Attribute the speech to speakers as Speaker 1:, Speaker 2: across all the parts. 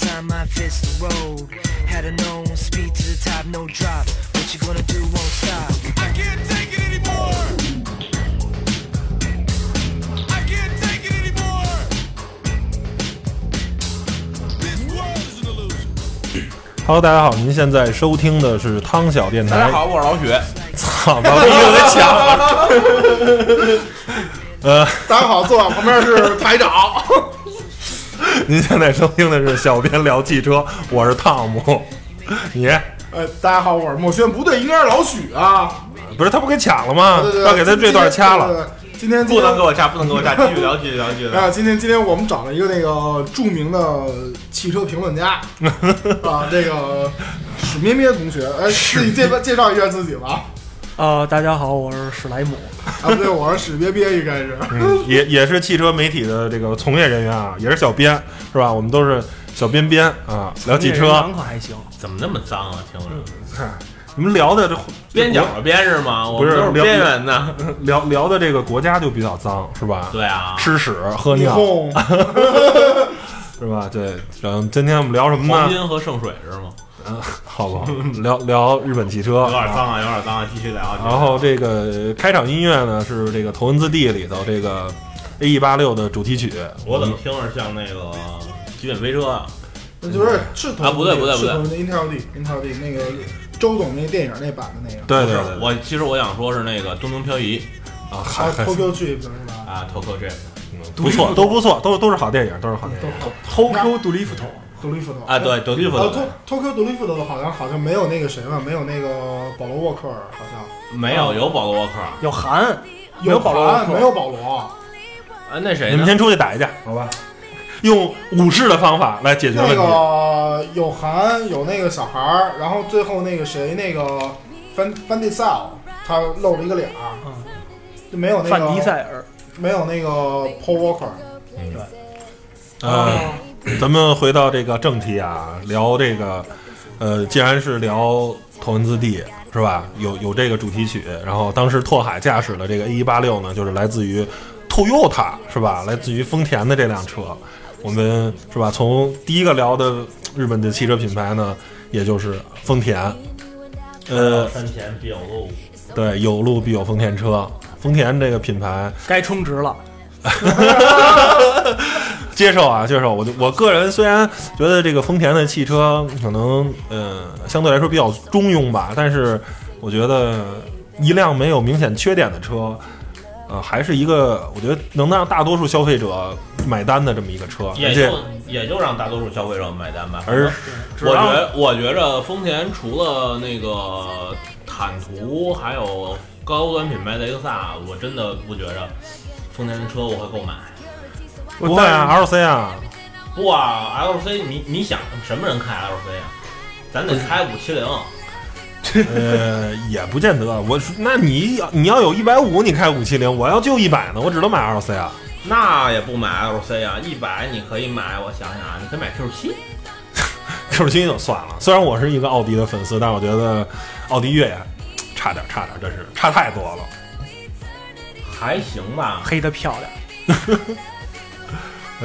Speaker 1: benefits the road. Had a known speed to the top, no drop. What you gonna do won't stop.
Speaker 2: I can't take it anymore. I can't take it anymore. This world is an illusion.
Speaker 3: Hello，大家好，您现在收听的是汤小电台。
Speaker 4: 大家好，，我是老许。
Speaker 3: 操，把我一个给抢了。呃，
Speaker 5: 大家好，坐我旁边是台长。
Speaker 3: 您现在收听的是小编聊汽车，我是汤姆。 你
Speaker 5: 呃，大家好，我是墨轩，不对，应该是老许啊。
Speaker 3: 不是他不给抢了吗
Speaker 5: 对对？对，
Speaker 3: 要给他这段掐了。。
Speaker 5: 今天
Speaker 4: 不能给
Speaker 5: 我
Speaker 4: 我下，不能给我下，继续聊，继续聊，继续 聊。
Speaker 5: 啊！今天今天我们找了一个那个著名的汽车评论 家啊，这个史咩咩同学，哎，自己介绍介绍一下自己吧。
Speaker 6: 呃，大家好，我是史莱姆。
Speaker 5: 啊，不对，我是史咩咩，应该是。
Speaker 3: 嗯，也也是汽车媒体的这个从业人员啊，也是小编，是吧？我们都是小编编啊，聊汽
Speaker 6: 这人
Speaker 3: 车
Speaker 6: 长。可还行，
Speaker 4: 怎么那么脏啊？听着，
Speaker 3: 嗯你们聊的这
Speaker 4: 边角的边是吗？我
Speaker 3: 不
Speaker 4: 们
Speaker 3: 是
Speaker 4: 都是
Speaker 3: 聊
Speaker 4: 边缘的。
Speaker 3: 聊聊的这个国家就比较脏，是吧？
Speaker 4: 对啊，
Speaker 3: 吃屎喝
Speaker 5: 你
Speaker 3: 尿
Speaker 5: 哄，
Speaker 3: 是吧？对，然后今天我们聊什么
Speaker 4: 黄
Speaker 3: 呢？
Speaker 4: 金和圣水是吗？
Speaker 3: 嗯，好吧， 聊聊日本汽车，
Speaker 4: 有点
Speaker 3: 啊
Speaker 4: 脏啊，有点脏啊，继续聊。继续聊
Speaker 3: 然后这个开场音乐呢是这个《头文字 D》里头这个 A E 八六的主题曲。
Speaker 4: 我怎么听着像那个极品飞车啊？
Speaker 5: 那就是是同
Speaker 4: 啊不对不对
Speaker 5: 是
Speaker 4: 不
Speaker 5: 同 Intel D Intel D 那个周总那电影那版的那个，
Speaker 3: 对
Speaker 4: 不
Speaker 3: 对对，
Speaker 4: 是我其实我想说是那个东京漂移
Speaker 3: 啊，
Speaker 5: 还
Speaker 3: 还
Speaker 5: 有
Speaker 3: 还
Speaker 5: Tokyo Drift 是吧？
Speaker 4: 啊，Tokyo Drift
Speaker 3: 不错，都不错，都都是好电影，都是好电影。
Speaker 6: ，Tokyo Drift，
Speaker 5: 独立斧头
Speaker 4: 啊，对，Tokyo
Speaker 5: 呃，To Tokyo 独立 t 头好像好像没有那个谁了，没有那个保罗沃克尔，好像
Speaker 4: 没
Speaker 3: 嗯
Speaker 4: 有有保罗沃克
Speaker 6: 有韩，没
Speaker 5: 有
Speaker 6: 保罗沃
Speaker 5: 韩
Speaker 6: 克
Speaker 5: 没有保罗，
Speaker 4: 啊，那谁
Speaker 3: 你们
Speaker 4: 呢？
Speaker 3: 先出去打一架，好吧？用武士的方法来解决
Speaker 5: 那
Speaker 3: 问题。
Speaker 5: 个有韩有那个小孩儿，然后最后那个谁那个范范迪塞尔，他露了一个脸儿，
Speaker 6: 嗯
Speaker 5: 就没有那个
Speaker 6: 范迪塞尔，
Speaker 5: 没有那个 Paul Walker，
Speaker 3: 呃，咱们回到这个正题啊，聊这个，呃，既然是聊《头文字 D》是吧？有有这个主题曲，然后当时拓海驾驶的这个 A 一八六呢，就是来自于 Toyota 是吧？来自于丰田的这辆车，我们是吧？从第一个聊的日本的汽车品牌呢，也就是丰田，呃，
Speaker 4: 山田必有路，
Speaker 3: 对，有路必有丰田车，丰田这个品牌
Speaker 6: 该充值了。
Speaker 3: 接受啊，接受。我就我个人虽然觉得这个丰田的汽车可能呃相对来说比较中庸吧，但是我觉得一辆没有明显缺点的车，呃，还是一个我觉得能让大多数消费者买单的这么一个车，而
Speaker 4: 也
Speaker 3: 且
Speaker 4: 就也就让大多数消费者买单吧。
Speaker 3: 而
Speaker 4: 我觉我觉着丰田除了那个坦途，还有高端品牌雷克萨，我真的不觉着丰田的车我会购买。
Speaker 3: 不会啊，LC 啊，
Speaker 4: 不啊，LC 你你想什么人开 LC 啊？咱得开五七零，
Speaker 3: 呃，也不见得。我说那你要你要有一百五，你开五七零，我要就一百呢，我只能买 LC 啊。
Speaker 4: 那也不买 LC 啊，一百你可以买，我想想啊，你可以买 Q 七，
Speaker 3: Q 七就算了，虽然我是一个奥迪的粉丝，但是我觉得奥迪越野差点，差点，真是差太多了。
Speaker 4: 还行吧，
Speaker 6: 黑的漂亮，
Speaker 4: 跑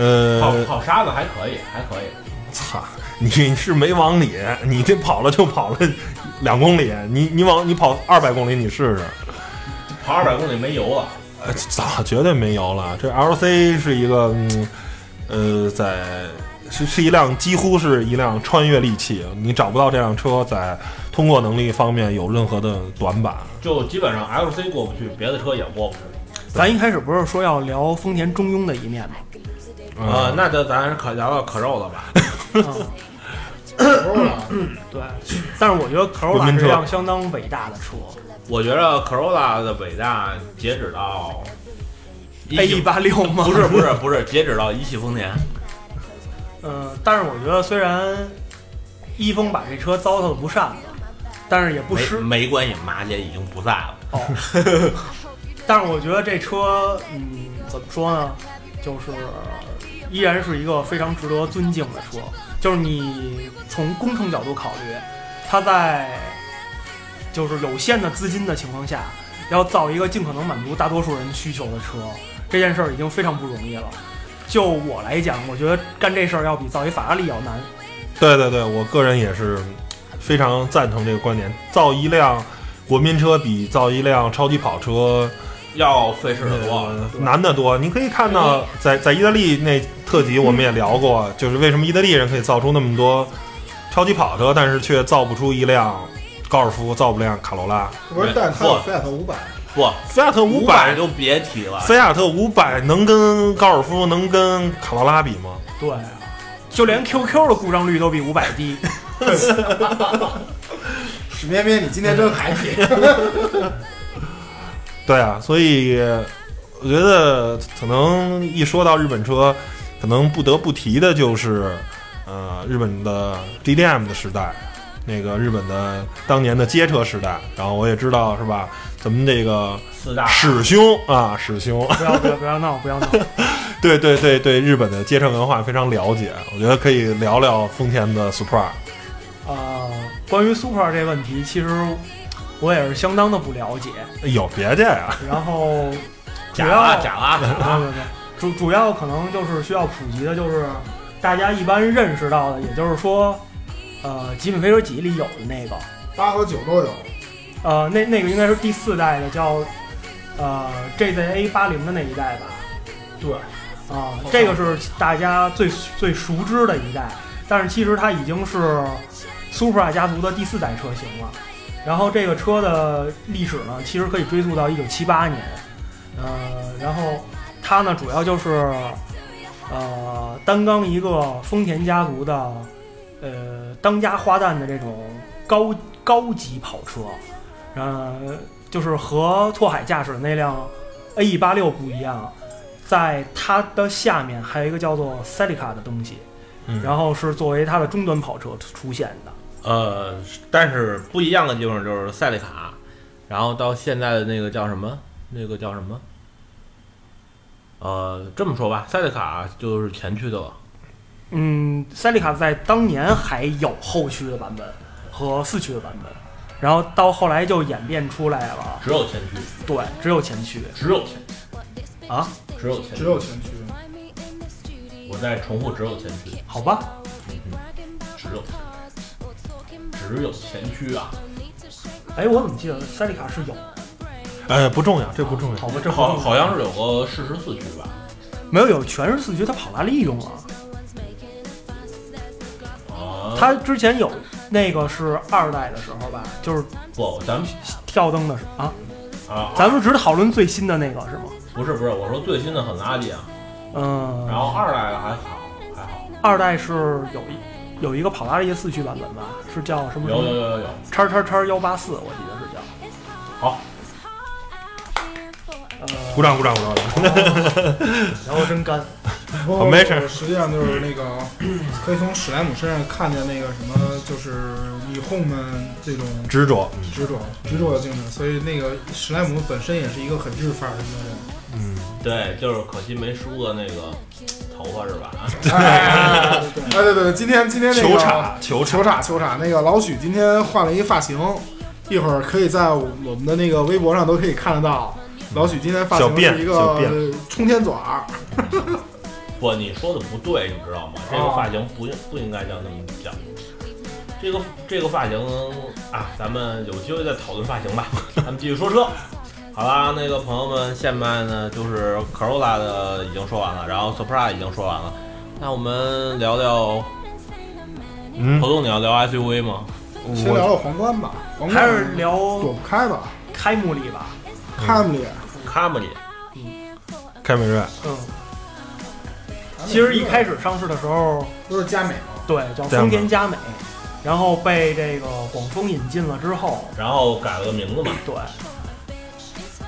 Speaker 3: 呃，
Speaker 4: 跑沙子还可以，还可以。
Speaker 3: 操，你是没往里，你这跑了就跑了两公里，你你往你跑二百公里你试试，
Speaker 4: 跑二百公里没油了，
Speaker 3: 呃，早绝对没油了。这 LC 是一个，嗯、呃，在是是一辆几乎是一辆穿越利器，你找不到这辆车在通过能力方面有任何的短板。
Speaker 4: 就基本上 LC 过不去，别的车也过不去。
Speaker 6: 咱一开始不是说要聊丰田中庸的一面吗？
Speaker 3: 嗯
Speaker 4: 呃，那就咱可聊聊可肉了吧。
Speaker 6: 嗯，对。但是我觉得
Speaker 3: 文
Speaker 6: Corolla
Speaker 3: 明
Speaker 6: 是
Speaker 3: 车
Speaker 6: 一辆相当伟大的车
Speaker 4: 我觉着 Corolla 的伟大截止到一
Speaker 6: ，A 哎一八六吗？
Speaker 4: 不是不是不是截止到一汽丰田，
Speaker 6: 嗯，但是我觉得虽然一峰把这车糟蹋的不善了，但是也不
Speaker 4: 没
Speaker 6: 失
Speaker 4: 没关系，马姐已经不在了。
Speaker 6: 哦。但是我觉得这车，嗯，怎么说呢，就是依然是一个非常值得尊敬的车。就是你从工程角度考虑，它在就是有限的资金的情况下，要造一个尽可能满足大多数人需求的车，这件事儿已经非常不容易了。就我来讲，我觉得干这事儿要比造一法拉利要难。
Speaker 3: 对对对，我个人也是非常赞同这个观点。造一辆国民车比造一辆超级跑车
Speaker 4: 要费事儿多。
Speaker 6: 嗯
Speaker 3: 呃难得多。你可以看到，在在意大利那特辑我们也聊过，就是为什么意大利人可以造出那么多超级跑车，但是却造不出一辆高尔夫，造不辆卡罗拉。
Speaker 5: 不是，但是它有 Fiat 五百，
Speaker 4: 不，
Speaker 3: 菲亚特
Speaker 4: 五
Speaker 3: 五
Speaker 4: 百
Speaker 3: 百，
Speaker 4: 就别提了。
Speaker 3: 菲亚特五百能跟高尔夫能跟卡罗拉比吗？
Speaker 6: 对啊，就连 QQ 的故障率都比五百低。
Speaker 5: 史咩咩，你今天真海皮。
Speaker 3: 对啊，所以我觉得可能一说到日本车，可能不得不提的就是，呃，日本的 DDM 的时代，那个日本的当年的街车时代。然后我也知道是吧，咱们这个
Speaker 4: 四大
Speaker 3: 史兄啊，史兄，
Speaker 6: 不要不要不要闹，不要闹。
Speaker 3: 对对对对，日本的街车文化非常了解。我觉得可以聊聊丰田的 Supra。
Speaker 6: 呃，关于 Super 这问题，其实我也是相当的不了解。
Speaker 3: 哎呦，别介呀、
Speaker 6: 然后呃主
Speaker 4: 假
Speaker 6: 要
Speaker 4: 拉假拉假
Speaker 6: 对
Speaker 4: 拉，
Speaker 6: 对对，主主要可能就是需要普及的，就是大家一般认识到的，也就是说，呃，《极品飞车几》里有的那个，
Speaker 5: 八和九都有，
Speaker 6: 呃，那那个应该是第四代的，叫呃 JZA 八零的那一代吧。
Speaker 5: 对，
Speaker 6: 啊、这个是大家最最熟知的一代，但是其实它已经是 Supra 家族的第四代车型了。然后这个车的历史呢，其实可以追溯到一九七八年，呃，然后它呢主要就是呃担纲一个丰田家族的呃当家花旦的这种高高级跑车，呃，就是和拓海驾驶的那辆 A E 八六不一样，在它的下面还有一个叫做 Celica 的东西，
Speaker 3: 嗯
Speaker 6: 然后是作为它的终端跑车出现的。
Speaker 4: 呃，但是不一样的地方就是赛利卡，然后到现在的那个叫什么，那个叫什么？呃，这么说吧，赛利卡就是前驱的了。
Speaker 6: 嗯，Celica 在当年还有后驱的版本和四驱的版本，然后到后来就演变出来了，
Speaker 4: 只有前驱，
Speaker 6: 对，只有前驱
Speaker 4: 只有前，
Speaker 6: 啊，
Speaker 4: 只有前
Speaker 5: 只有前驱。
Speaker 4: 我再重复，只有前驱，
Speaker 6: 好吧，
Speaker 4: 只有只有前驱啊！
Speaker 6: 哎，我怎么记得 Celica 是有？
Speaker 3: 呃，不重要，这不重要。
Speaker 6: 好吧，这
Speaker 4: 好，
Speaker 6: 不
Speaker 4: 好像是有个适时四驱吧？
Speaker 6: 没有有全是四驱，它跑拉力用了。
Speaker 4: 啊，
Speaker 6: 它之前有那个是二代的时候吧，就是
Speaker 4: 不，咱们
Speaker 6: 跳灯的时候啊，
Speaker 4: 啊，
Speaker 6: 咱们只讨论最新的那个是吗？
Speaker 4: 不是不是，我说最新的很垃圾啊，
Speaker 6: 嗯，
Speaker 4: 然后二代的还好还好，
Speaker 6: 二代是有一有一个跑拉力的四驱版本吧，是叫什么什
Speaker 4: 有有
Speaker 6: 么
Speaker 4: 有有有，
Speaker 6: 叉叉叉幺八四，我记得是叫。
Speaker 4: 好，
Speaker 3: 鼓掌鼓掌鼓掌！
Speaker 6: 然后真干。
Speaker 5: 不过
Speaker 3: 哦没事
Speaker 5: 实际上就是那个，可以从史莱姆身上看见那个什么，就是以后们这种
Speaker 3: 执着，
Speaker 5: 执着、执着的精神。所以那个史莱姆本身也是一个很日范儿的一个人。
Speaker 3: 嗯，
Speaker 4: 对，就是可惜没梳个那个头发是吧？
Speaker 5: 哎， 对对对，今天今天那个
Speaker 3: 球叉球叉
Speaker 5: 球叉球叉，那个老许今天换了一发型，一会儿可以在我们的那个微博上都可以看得到。老许今天发
Speaker 3: 小
Speaker 5: 型
Speaker 3: 辫
Speaker 5: 是一
Speaker 3: 小
Speaker 5: 个呃
Speaker 3: 辫
Speaker 5: 冲天爪儿，
Speaker 4: 不，你说的不对，你知道吗？这个发型不应不应该叫那么讲。这个这个发型啊，咱们有机会再讨论发型吧。咱们继续说车。好啦，那个朋友们，下面呢就是 Corolla 的已经说完了，然后 Supra 已经说完了，那我们聊聊
Speaker 3: 嗯
Speaker 4: 头，动，你要聊 SUV 吗？
Speaker 5: 先
Speaker 3: 我
Speaker 5: 聊聊皇冠吧，皇冠
Speaker 6: 还是聊
Speaker 5: 躲不开吧
Speaker 6: 开幕礼吧。
Speaker 5: ，Camry。
Speaker 4: 卡姆里，
Speaker 3: 凯美瑞，
Speaker 6: 嗯，
Speaker 5: 嗯
Speaker 6: 其实一开始上市的时候，
Speaker 5: 都是佳美嘛，
Speaker 6: 对叫丰田佳美，然后被这个广丰引进了之后，
Speaker 4: 然后改了个名字嘛。
Speaker 6: 对，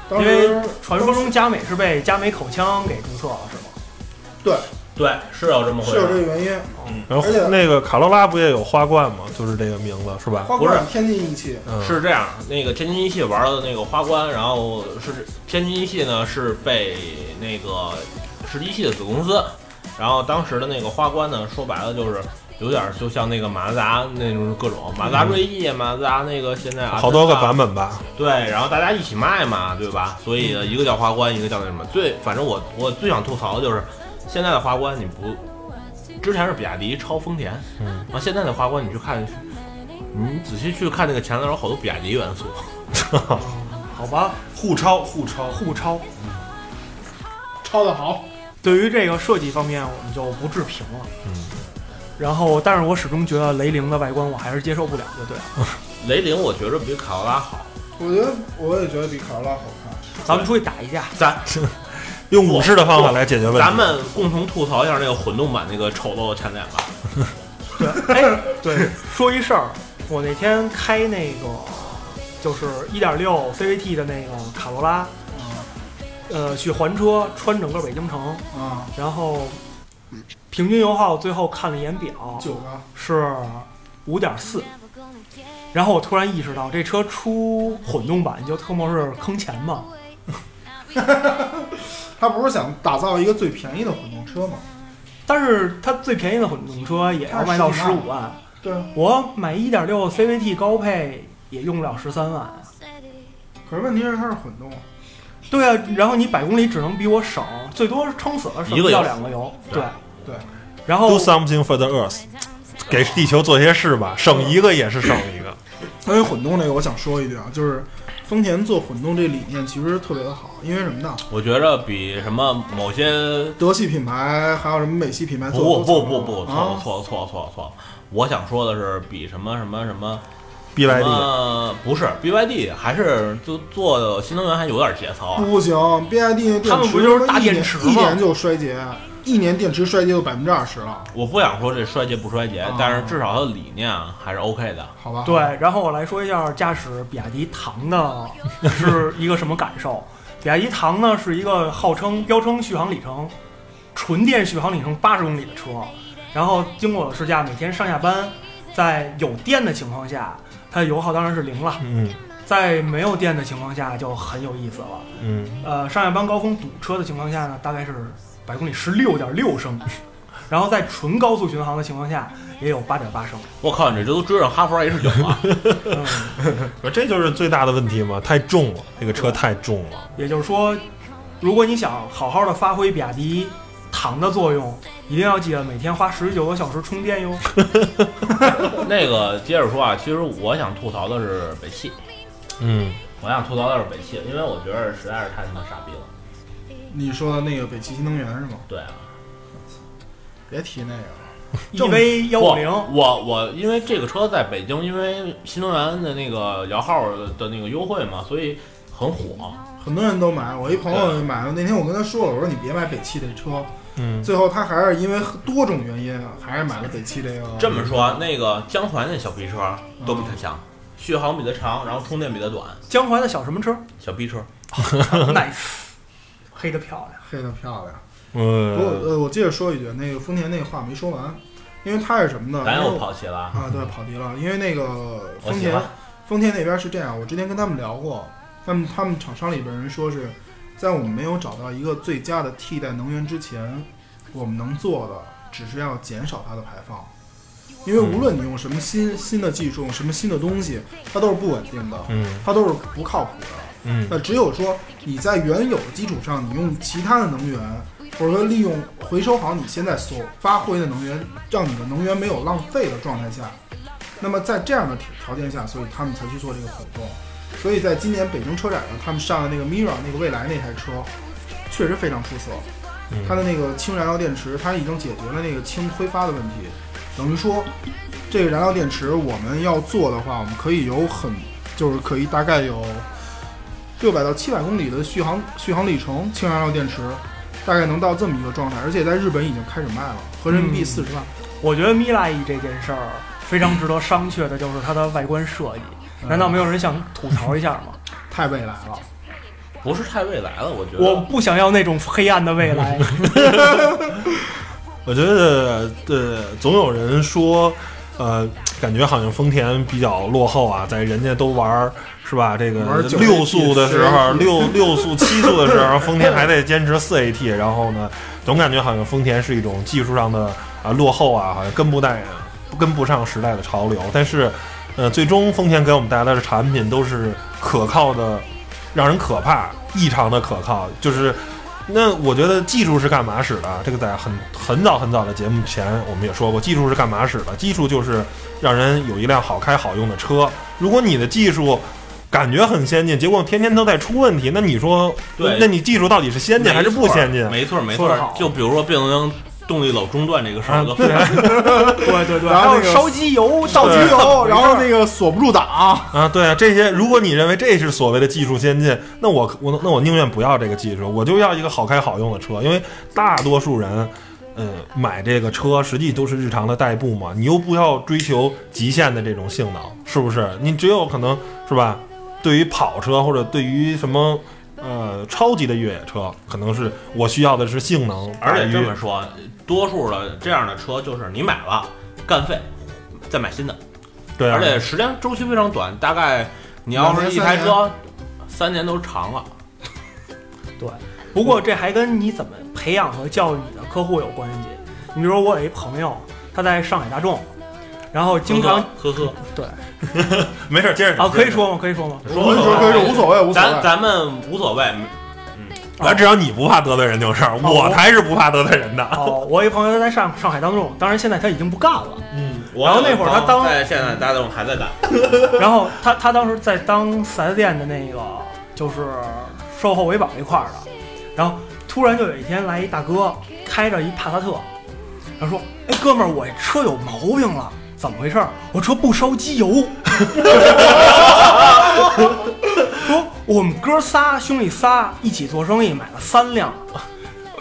Speaker 5: 当
Speaker 6: 因
Speaker 5: 时
Speaker 6: 为传说中佳美是被佳美口腔给注册了，是吗？
Speaker 5: 对
Speaker 4: 对，是有这么回
Speaker 5: 是有这个原
Speaker 4: 事。
Speaker 5: 因，
Speaker 3: 然后
Speaker 5: 而且
Speaker 3: 那个卡罗拉不也有花冠吗？就是这个名字是吧？
Speaker 5: 花冠天津一汽，
Speaker 3: 嗯，
Speaker 4: 是这样，那个天津一汽玩的那个花冠，然后是天津一汽呢是被那个是一汽的子公司，然后当时的那个花冠呢，说白了就是有点就像那个马自达那种各种马自达锐意、啊马自达那个现在
Speaker 3: 好多个版
Speaker 4: 本。
Speaker 3: 本吧？
Speaker 4: 对，然后大家一起卖嘛，对吧？所以一个叫花冠，一个叫那什么。最反正我我最想吐槽的就是现在的花冠，你不之前是比亚迪超丰田，
Speaker 3: 嗯
Speaker 4: 然后现在的花冠你去看，你仔细去看那个前脸有好多比亚迪元素，
Speaker 6: 好吧，
Speaker 3: 互抄互抄，
Speaker 6: 互抄。
Speaker 5: 抄的好，
Speaker 6: 对于这个设计方面，我们就不置评了。
Speaker 3: 嗯。
Speaker 6: 然后，但是我始终觉得雷凌的外观我还是接受不了，就对了。
Speaker 4: 雷凌我觉着比卡罗拉好，
Speaker 5: 我觉得我也觉得比卡罗拉好看。
Speaker 6: 咱们出去打一架，
Speaker 4: 咱
Speaker 3: 用武士的方法来解决问题。
Speaker 4: 咱们共同吐槽一下那个混动版那个丑陋的前脸吧，
Speaker 6: 对， 哎，对，说一事儿，我那天开那个就是一点六 CVT 的那个卡罗拉，
Speaker 3: 嗯
Speaker 6: 呃，去还车，穿整个北京城，
Speaker 5: 啊啊，
Speaker 6: 然后平均油耗最后看了一眼表
Speaker 5: 九个，
Speaker 6: 是五点四，然后我突然意识到这车出混动版就特么是坑钱嘛，
Speaker 5: 他不是想打造一个最便宜的混动车吗？
Speaker 6: 但是它最便宜的混动车也要卖到十五万，
Speaker 5: 对，啊
Speaker 6: 我买一点六 CVT 高配也用不了十三万。
Speaker 5: 可是问题是它是混动，
Speaker 6: 对啊，然后你百公里只能比我省，最多撑死了省
Speaker 4: 一个油
Speaker 6: 到两个油。对
Speaker 5: 对，
Speaker 6: 然后
Speaker 3: do something for the earth，给地球做些事吧，省一个也是省一个。
Speaker 5: 关于混动这个，我想说一句啊，就是丰田做混动这理念其实特别的好，因为什么呢？
Speaker 4: 我觉着比什么某些
Speaker 5: 德系品牌还有什么美系品牌做
Speaker 4: 不
Speaker 5: 得都
Speaker 4: 不不不
Speaker 5: 挺
Speaker 4: 不
Speaker 5: 好的啊
Speaker 4: 错了错了错了错了错了，我想说的是比什么什么什么
Speaker 3: BYD
Speaker 4: 呃，不是 BYD，还是就做新能源还有点节操啊。
Speaker 6: 嗯
Speaker 5: 不行，BID 那电池
Speaker 6: 他们不就是大
Speaker 5: 一年
Speaker 6: 电池吗
Speaker 5: 一年就衰竭，一年电池衰竭就百分之二十了，
Speaker 4: 我不想说这衰竭不衰竭，
Speaker 6: 哦
Speaker 5: 啊
Speaker 4: 但是至少它的理念还是 OK 的。
Speaker 5: 好吧？
Speaker 6: 对，然后我来说一下驾驶比亚迪唐的是一个什么感受。比亚迪唐呢是一个号称标称续航里程，纯电续航里程八十公里的车，然后经过我的试驾，每天上下班，在有电的情况下，它的油耗当然是零了；
Speaker 3: 嗯
Speaker 6: 在没有电的情况下就很有意思了。
Speaker 3: 嗯，
Speaker 6: 呃，上下班高峰堵车的情况下呢，大概是百公里十六点六升，然后在纯高速巡航的情况下也有八点八升。
Speaker 4: 我靠，你这都追上哈弗 H 九 了，
Speaker 6: 嗯，
Speaker 3: 不这就是最大的问题嘛，太重了，这个车太重了。
Speaker 6: 也就是说，如果你想好好的发挥比亚迪唐的作用，一定要记得每天花十九个小时充电哟。
Speaker 4: 那个接着说啊，其实我想吐槽的是北汽，
Speaker 3: 嗯，
Speaker 4: 我想吐槽的是北汽，因为我觉得实在是太他妈傻逼了。
Speaker 5: 你说的那个北汽新能源是吗？
Speaker 4: 对啊，
Speaker 5: 别提那个了，
Speaker 6: E
Speaker 5: 正
Speaker 6: V 幺
Speaker 4: 我
Speaker 6: 五零，
Speaker 4: 我我因为这个车在北京，因为新能源的那个摇号的那个优惠嘛，所以很火。
Speaker 5: 很多人都买。我一朋友买了，那天我跟他说了，我说你别买北汽这车，
Speaker 3: 嗯
Speaker 5: 最后他还是因为多种原因啊，还是买了北汽这个。
Speaker 4: 这么说，啊那个江淮那小皮车都比它强，续航比它长，然后充电比它短，
Speaker 6: 江淮的小什么车
Speaker 4: 小皮车。
Speaker 6: ？Nice，黑的漂亮。
Speaker 5: 黑的漂亮。不过
Speaker 3: 呃，
Speaker 5: 呃，我接着说一句，那个丰田那个话没说完，因为它是什么呢？
Speaker 4: 咱
Speaker 5: 因为
Speaker 4: 又
Speaker 5: 嗯我
Speaker 4: 跑题了啊，
Speaker 5: 啊，对，跑题了。因为那个
Speaker 4: 我
Speaker 5: 丰
Speaker 4: 喜
Speaker 5: 田
Speaker 4: 欢，。
Speaker 5: 丰田那边是这样，我之前跟他们聊过，他们他们厂商里边人说是在我们没有找到一个最佳的替代能源之前，我们能做的只是要减少它的排放，因为无论你用什么新新的技术，用什么新的东西，它都是不稳定的，
Speaker 3: 嗯
Speaker 5: 它都是不靠谱的。
Speaker 3: 嗯
Speaker 5: 那只有说你在原有的基础上，你用其他的能源，或者说利用回收好你现在所发挥的能源，让你的能源没有浪费的状态下，那么在这样的条条件下，所以他们才去做这个混动。所以在今年北京车展上，他们上的那个 Mira 那个蔚来那台车，确实非常出色。
Speaker 3: 嗯
Speaker 5: 它的那个氢燃料电池，它已经解决了那个氢挥发的问题，等于说这个燃料电池我们要做的话，我们可以有很就是可以大概有六百到七百公里的续航续航里程，氢燃料电池大概能到这么一个状态，而且在日本已经开始卖了，合人民币
Speaker 6: 嗯
Speaker 5: 四十万。
Speaker 6: 我觉得 Mirai 这件事儿非常值得商榷的，就是它的外观设计。难道没有人想吐槽一下吗？
Speaker 5: 太未来了，
Speaker 4: 不是太未来了，我觉得。
Speaker 6: 我不想要那种黑暗的未来。
Speaker 3: 我觉得呃，总有人说，呃，感觉好像丰田比较落后啊，在人家都玩儿是吧？这个
Speaker 5: 玩儿9AT
Speaker 3: 六速的时候，
Speaker 5: 10AT
Speaker 3: 六六速、七速的时候，丰田还得坚持四 AT，然后呢，总感觉好像丰田是一种技术上的啊落后啊，好像跟不带跟不上时代的潮流。但是，呃，最终丰田给我们带来的产品都是可靠的，让人可怕，异常的可靠，就是那我觉得技术是干嘛使的？这个在很很早很早的节目前我们也说过，技术是干嘛使的？技术就是让人有一辆好开好用的车。如果你的技术感觉很先进，结果天天都在出问题，那你说，
Speaker 4: 对
Speaker 3: 那你技术到底是先进还是不先进？
Speaker 4: 没错没
Speaker 6: 说
Speaker 4: 错
Speaker 6: 得好，
Speaker 4: 就比如说变速箱动力老中断这个
Speaker 3: 啊
Speaker 4: 事儿，我都非常
Speaker 6: 对对对，
Speaker 5: 然
Speaker 6: 还
Speaker 5: 后
Speaker 6: 有
Speaker 5: 那个
Speaker 6: 烧机油、
Speaker 5: 倒
Speaker 6: 倒
Speaker 5: 机
Speaker 6: 机
Speaker 5: 油，
Speaker 6: 油，
Speaker 5: 然后那个锁不住档，
Speaker 3: 啊，对啊，这些如果你认为这是所谓的技术先进，那我我那我宁愿不要这个技术，我就要一个好开好用的车，因为大多数人。呃，买这个车实际都是日常的代步嘛，你又不要追求极限的这种性能，是不是？你只有可能是吧？对于跑车或者对于什么呃超级的越野车，可能是我需要的是性能，
Speaker 4: 而且这
Speaker 3: 大
Speaker 4: 么
Speaker 3: 于
Speaker 4: 说，啊多数的这样的车就是你买了干废，再买新的，
Speaker 3: 对、啊，
Speaker 4: 而且时间周期非常短，大概你要是一台车，三年都长了。
Speaker 6: 对， 不过这还跟你怎么培养和教育你的客户有关系。你比如说，我有一朋友，他在上海大众，然后经常
Speaker 4: 呵呵，
Speaker 6: 对
Speaker 3: 没事，接着
Speaker 6: 啊，可以，说吗？可以说吗？
Speaker 4: 说
Speaker 5: 可以说可以说无所谓无所
Speaker 4: 啊
Speaker 5: 谓。
Speaker 4: 咱咱们无所谓，
Speaker 3: 啊，只要你不怕得罪人就是，哦我才是不怕得罪人的。
Speaker 6: 哦，我有一朋友他在上上海大众，当然现在他已经不干了。
Speaker 3: 嗯，
Speaker 4: 我
Speaker 6: 然后那会儿他当
Speaker 4: 在现在大众还在干，
Speaker 6: 然后他他当时在当四 S 店的那个就是售后维保这块儿的，然后突然就有一天来一大哥开着一帕萨特，然后说：“哎，哥们儿，我车有毛病了，怎么回事儿？我车不烧机油。” 说我们哥仨兄弟仨一起做生意买了三辆，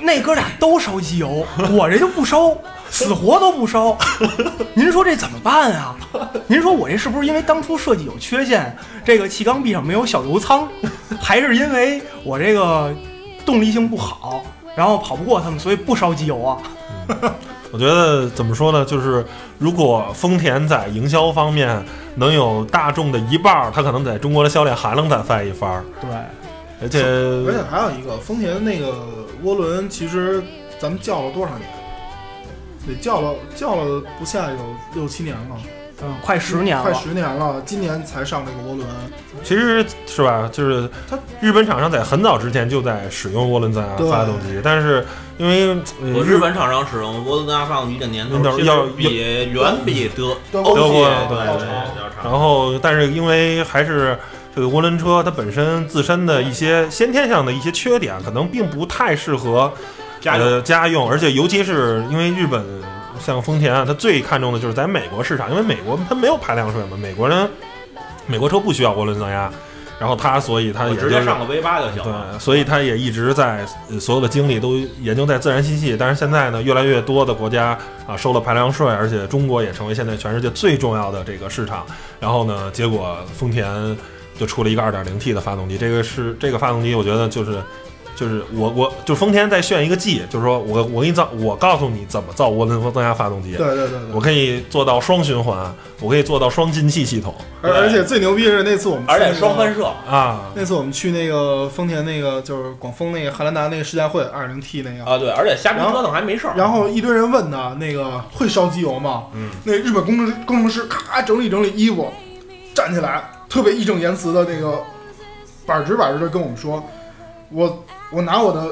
Speaker 6: 那哥俩都烧机油，我这就不烧，死活都不烧。您说这怎么办啊？您说我这是不是因为当初设计有缺陷，这个气缸壁上没有小油舱，还是因为我这个动力性不好，然后跑不过他们，所以不烧机油啊？
Speaker 3: 我觉得怎么说呢，就是如果丰田在营销方面能有大众的一半儿，它可能在中国的销量还能再翻一番儿。
Speaker 6: 对，
Speaker 3: 而且，
Speaker 5: 而且还有一个丰田的那个涡轮，其实咱们叫了多少年？得叫了叫了不下有六七年了，
Speaker 6: 嗯，快十年
Speaker 5: 快
Speaker 6: 了，
Speaker 5: 十年了，今年才上这个涡轮。
Speaker 3: 其实是吧，就是
Speaker 5: 它
Speaker 3: 日本厂商在很早之前就在使用涡轮增压
Speaker 5: 对
Speaker 3: 发动机，但是因为、呃
Speaker 4: 我日
Speaker 3: 日
Speaker 4: 本厂商使用涡轮增压发动机的年头
Speaker 3: 那
Speaker 4: 其实
Speaker 3: 要
Speaker 4: 比远比德
Speaker 5: 德
Speaker 4: 欧
Speaker 5: 国
Speaker 4: 系
Speaker 3: 德国
Speaker 5: 对
Speaker 4: 对对要
Speaker 3: 然
Speaker 4: 长。
Speaker 3: 后，但是因为还是这个涡轮车它本身自身的一些先天上的一些缺点，可能并不太适合
Speaker 4: 家用
Speaker 3: 呃家用，而且尤其是因为日本像丰田啊，它最看重的就是在美国市场，因为美国它没有排量税嘛，美国人美国车不需要涡轮增压，然后它所以它
Speaker 4: 我
Speaker 3: 也
Speaker 4: 直
Speaker 3: 就
Speaker 4: 接
Speaker 3: 是
Speaker 4: 上个 V 八就行了。
Speaker 3: 对，所以它也一直在呃所有的精力都研究在自然吸气，但是现在呢，越来越多的国家啊收了排量税，而且中国也成为现在全世界最重要的这个市场。然后呢，结果丰田就出了一个 2.0T 的发动机，这个是这个发动机，我觉得就是就是我我就丰田在炫一个技，就是说我我给你造，我告诉你怎么造涡轮增压发动机，
Speaker 5: 对对对
Speaker 3: 我
Speaker 5: 对，
Speaker 3: 可以做到双循环，我可以做到双进气系统
Speaker 5: 而而且最牛逼是那次我们去
Speaker 4: 而且
Speaker 5: 那个
Speaker 4: 双翻射，
Speaker 3: 啊。
Speaker 5: 那次我们去那个丰田那个就是广丰那个汉兰达那个世界会二零 T 那个，
Speaker 4: 啊，对，而且瞎逼折腾还没事儿。
Speaker 5: 然后一堆人问他那个会烧机油吗？嗯，那日本工程工程师咔整理整理衣服，站起来特别义正言辞的那个板直板直的跟我们说，我我拿我的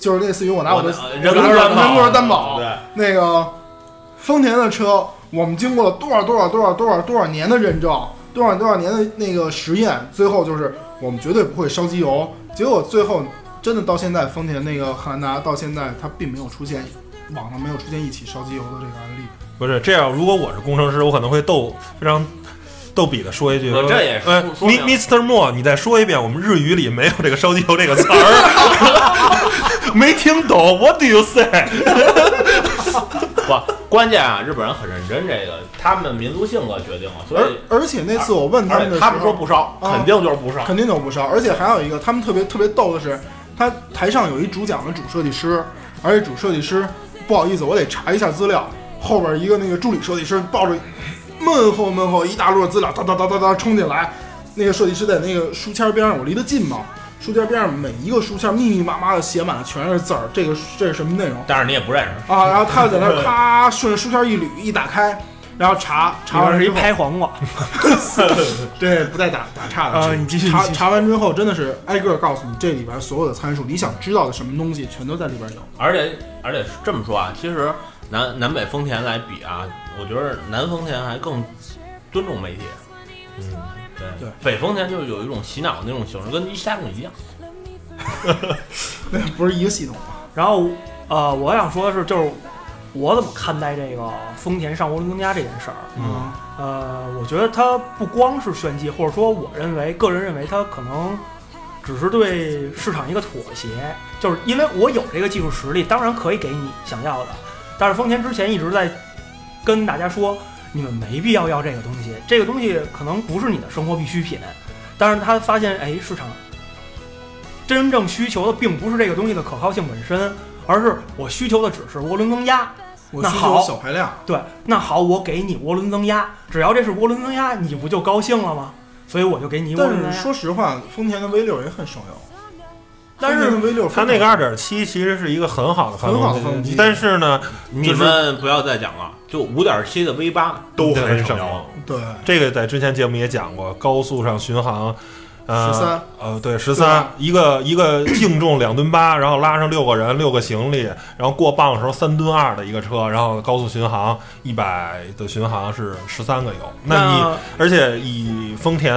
Speaker 5: 就是类似于我拿我的
Speaker 4: 我拿呃
Speaker 5: 我
Speaker 4: 人
Speaker 5: 拿
Speaker 4: 工
Speaker 5: 我的人
Speaker 4: 担保
Speaker 5: 工担保
Speaker 4: 对，
Speaker 5: 那个丰田的车，我们经过了多少多少多少多少多少年的认证，多少多少年的那个实验，最后就是我们绝对不会烧机油。结果最后真的到现在，丰田那个汉兰达到现在它并没有出现，网上没有出现一起烧机油的这个案例。
Speaker 3: 不是这样，如果我是工程师，我可能会逗非常逗比的说一句，
Speaker 4: 我这也
Speaker 3: 呃
Speaker 4: 说说
Speaker 3: ，Mi
Speaker 4: 明
Speaker 3: Mister Mo，你再说一遍，我们日语里没有这个烧机油这个词 儿，没听懂，What do you say？
Speaker 4: 不，关键啊，日本人很认真，这个他们民族性格决定了，所
Speaker 5: 而
Speaker 4: 以
Speaker 5: 而且那次我问他
Speaker 4: 而
Speaker 5: 们的
Speaker 4: 且
Speaker 5: 时候，
Speaker 4: 他们说不烧，
Speaker 5: 啊
Speaker 4: 肯定就是不烧。
Speaker 5: 肯定都不烧。而且还有一个，他们特别特别逗的是，他台上有一主讲的主设计师，而且主设计师不好意思，我得查一下资料。后边一个那个助理设计师抱着闷厚闷厚一大摞资料，哒哒哒哒哒冲进来。那个设计师在那个书签边上，我离得近嘛，书签边上每一个书签密密麻麻的写满了全是字儿，这个这是什么内容？
Speaker 4: 但是你也不认识，
Speaker 5: 啊，然后他就在那儿咔顺着书签一捋一打开，然后查查完
Speaker 6: 里边是一
Speaker 5: 之后，
Speaker 6: 拍黄瓜，
Speaker 5: 对，不带打打岔的。
Speaker 6: 啊你继续
Speaker 5: 查
Speaker 6: 你继续
Speaker 5: 查完之后，真的是挨个告诉你这里边所有的参数，你想知道的什么东西全都在里边有。
Speaker 4: 而且而且这么说啊，其实南南北丰田来比啊，我觉得南丰田还更尊重媒体，
Speaker 3: 嗯，
Speaker 4: 对
Speaker 5: 对
Speaker 4: 北丰田就有一种洗脑那种形式，跟一下种一样。
Speaker 5: 那不是一个系统吗？
Speaker 6: 然后呃，我想说的是，就是我怎么看待这个丰田上涡轮增压这件事儿。
Speaker 5: 嗯，
Speaker 6: 呃，我觉得它不光是炫技，或者说我认为个人认为它可能只是对市场一个妥协，就是因为我有这个技术实力，当然可以给你想要的。但是丰田之前一直在跟大家说，你们没必要要这个东西，这个东西可能不是你的生活必需品。但是他发现，哎，市场真正需求的并不是这个东西的可靠性本身，而是我需求的只是涡轮增压。
Speaker 5: 我
Speaker 6: 那
Speaker 5: 需求
Speaker 6: 好
Speaker 5: 小排量。
Speaker 6: 对，那好，我给你涡轮增压，只要这是涡轮增压，你不就高兴了吗？所以我就给你涡
Speaker 5: 但
Speaker 6: 轮增
Speaker 5: 是
Speaker 6: 压。
Speaker 5: 说实话，丰田的 V 六也很省油。
Speaker 6: 但是
Speaker 5: 丰田的 V 六，
Speaker 3: 它那个二点七其实是一个很好的发
Speaker 5: 很好的发
Speaker 3: 动
Speaker 5: 动
Speaker 3: 机
Speaker 5: 机，
Speaker 3: 但是呢，
Speaker 4: 你们不要再讲了，就五点七的 V 八
Speaker 3: 都
Speaker 4: 很
Speaker 3: 很省
Speaker 4: 油
Speaker 3: 油。
Speaker 5: 对
Speaker 3: 这个在之前节目也讲过，高速上巡航，呃，
Speaker 5: 13
Speaker 3: 呃，对，十
Speaker 5: 对
Speaker 3: 三
Speaker 5: 吧，
Speaker 3: 一个一个净重两吨八，然后拉上六个人，六个行李，然后过磅的时候三吨二的一个车，然后高速巡航一百的巡航是十三个油。那你而且以丰田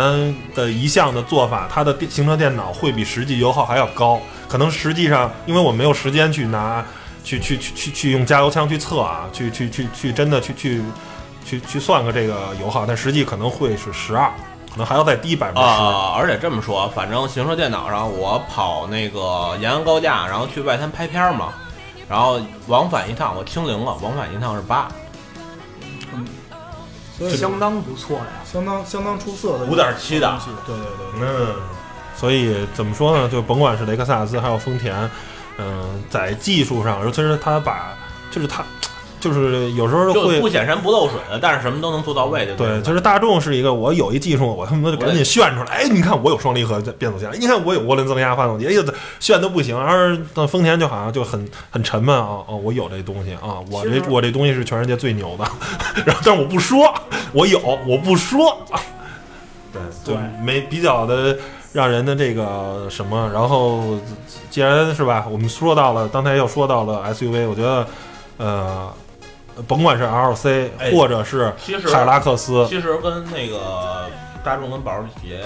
Speaker 3: 的一项的做法，它的电行车电脑会比实际油耗还要高。可能实际上，因为我没有时间去拿，去去去去去用加油枪去测啊，去去去去真的去去去去算个这个油耗，但实际可能会是十二，可能还要再低百分之十。
Speaker 4: 啊、而且这么说，反正行车电脑上我跑那个延安高架，然后去外滩拍片儿嘛，然后往返一趟我清零了，往返一趟是八
Speaker 5: 所以
Speaker 6: 呃相当不错呀。
Speaker 5: 相当相当出色的
Speaker 4: 五点七的
Speaker 5: 东，西。对对对对，
Speaker 3: 嗯，所以怎么说呢？就甭管是雷克萨斯还有丰田，嗯、在技术上，尤其是它把，就是它，就是有时候
Speaker 4: 就
Speaker 3: 会
Speaker 4: 不显山不漏水的，但是什么都能做到位，对不
Speaker 3: 对，就是大众是一个，我有一技术，我他妈就赶紧炫出来。哎，你看我有双离合变速箱，哎你看我有涡轮增压发动机，哎呀，炫的不行。而但丰田就好像就很很沉闷啊，哦，我有这东西啊，我
Speaker 6: 其
Speaker 3: 这
Speaker 6: 实
Speaker 3: 我这东西是全世界最牛的， 然后但是我不说，我有，我不说，对，就
Speaker 6: 对
Speaker 3: 没比较的让人的这个什么。然后既然是吧，我们说到了，刚才又说到了 SUV，我觉得，呃。甭管是 L C
Speaker 4: 哎
Speaker 3: 或者是
Speaker 4: 其实
Speaker 3: 凯拉克斯，
Speaker 4: 其实跟那个大众跟保时捷，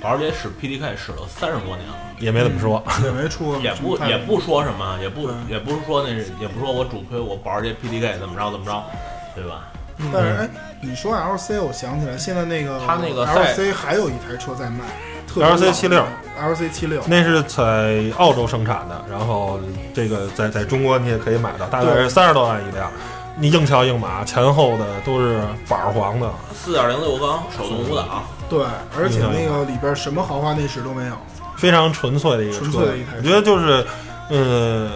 Speaker 4: 保时捷使 PDK 使了三十多年了，
Speaker 3: 也没怎么说。
Speaker 5: 也没出过
Speaker 4: 也不
Speaker 5: 什么太
Speaker 4: 也不说什么，也不
Speaker 5: 对
Speaker 4: 也不是说那是也不说我主推我保时捷 PDK 怎么着怎么着，对吧？
Speaker 5: 但是哎，你说 LC，我想起来，现在那个
Speaker 4: 它那个赛
Speaker 5: LC 还有一台车在卖
Speaker 3: LC 76
Speaker 5: ，LC 七六，
Speaker 3: 那是在澳洲生产的，然后这个在在中国你也可以买到，大概是三十多万一辆。你硬桥硬马，前后的都是板黄的，
Speaker 4: 四点零六缸手动无挡，
Speaker 5: 对，而且那个里边什么豪华内饰都没有，
Speaker 3: 非常纯粹的一个
Speaker 5: 纯
Speaker 3: 车
Speaker 5: 粹的一台。车
Speaker 3: 我觉得就是，呃，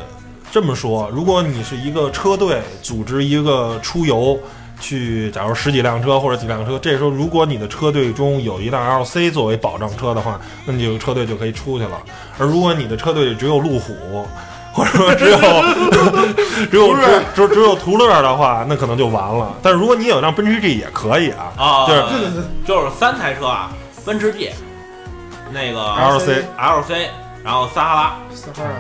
Speaker 3: 这么说，如果你是一个车队组织一个出游，去假如十几辆车或者几辆车，这时候如果你的车队中有一辆 LC 作为保障车的话，那你这个车队就可以出去了。而如果你的车队里只有路虎，或者说 只有只有只只只有途乐的话，那可能就完了。但是如果你有辆奔驰 G 也可以啊，
Speaker 4: 啊，
Speaker 3: 就是
Speaker 4: 就是三台车啊，奔驰 G，那个
Speaker 3: LC
Speaker 4: LC，然后撒哈拉，
Speaker 5: 撒哈拉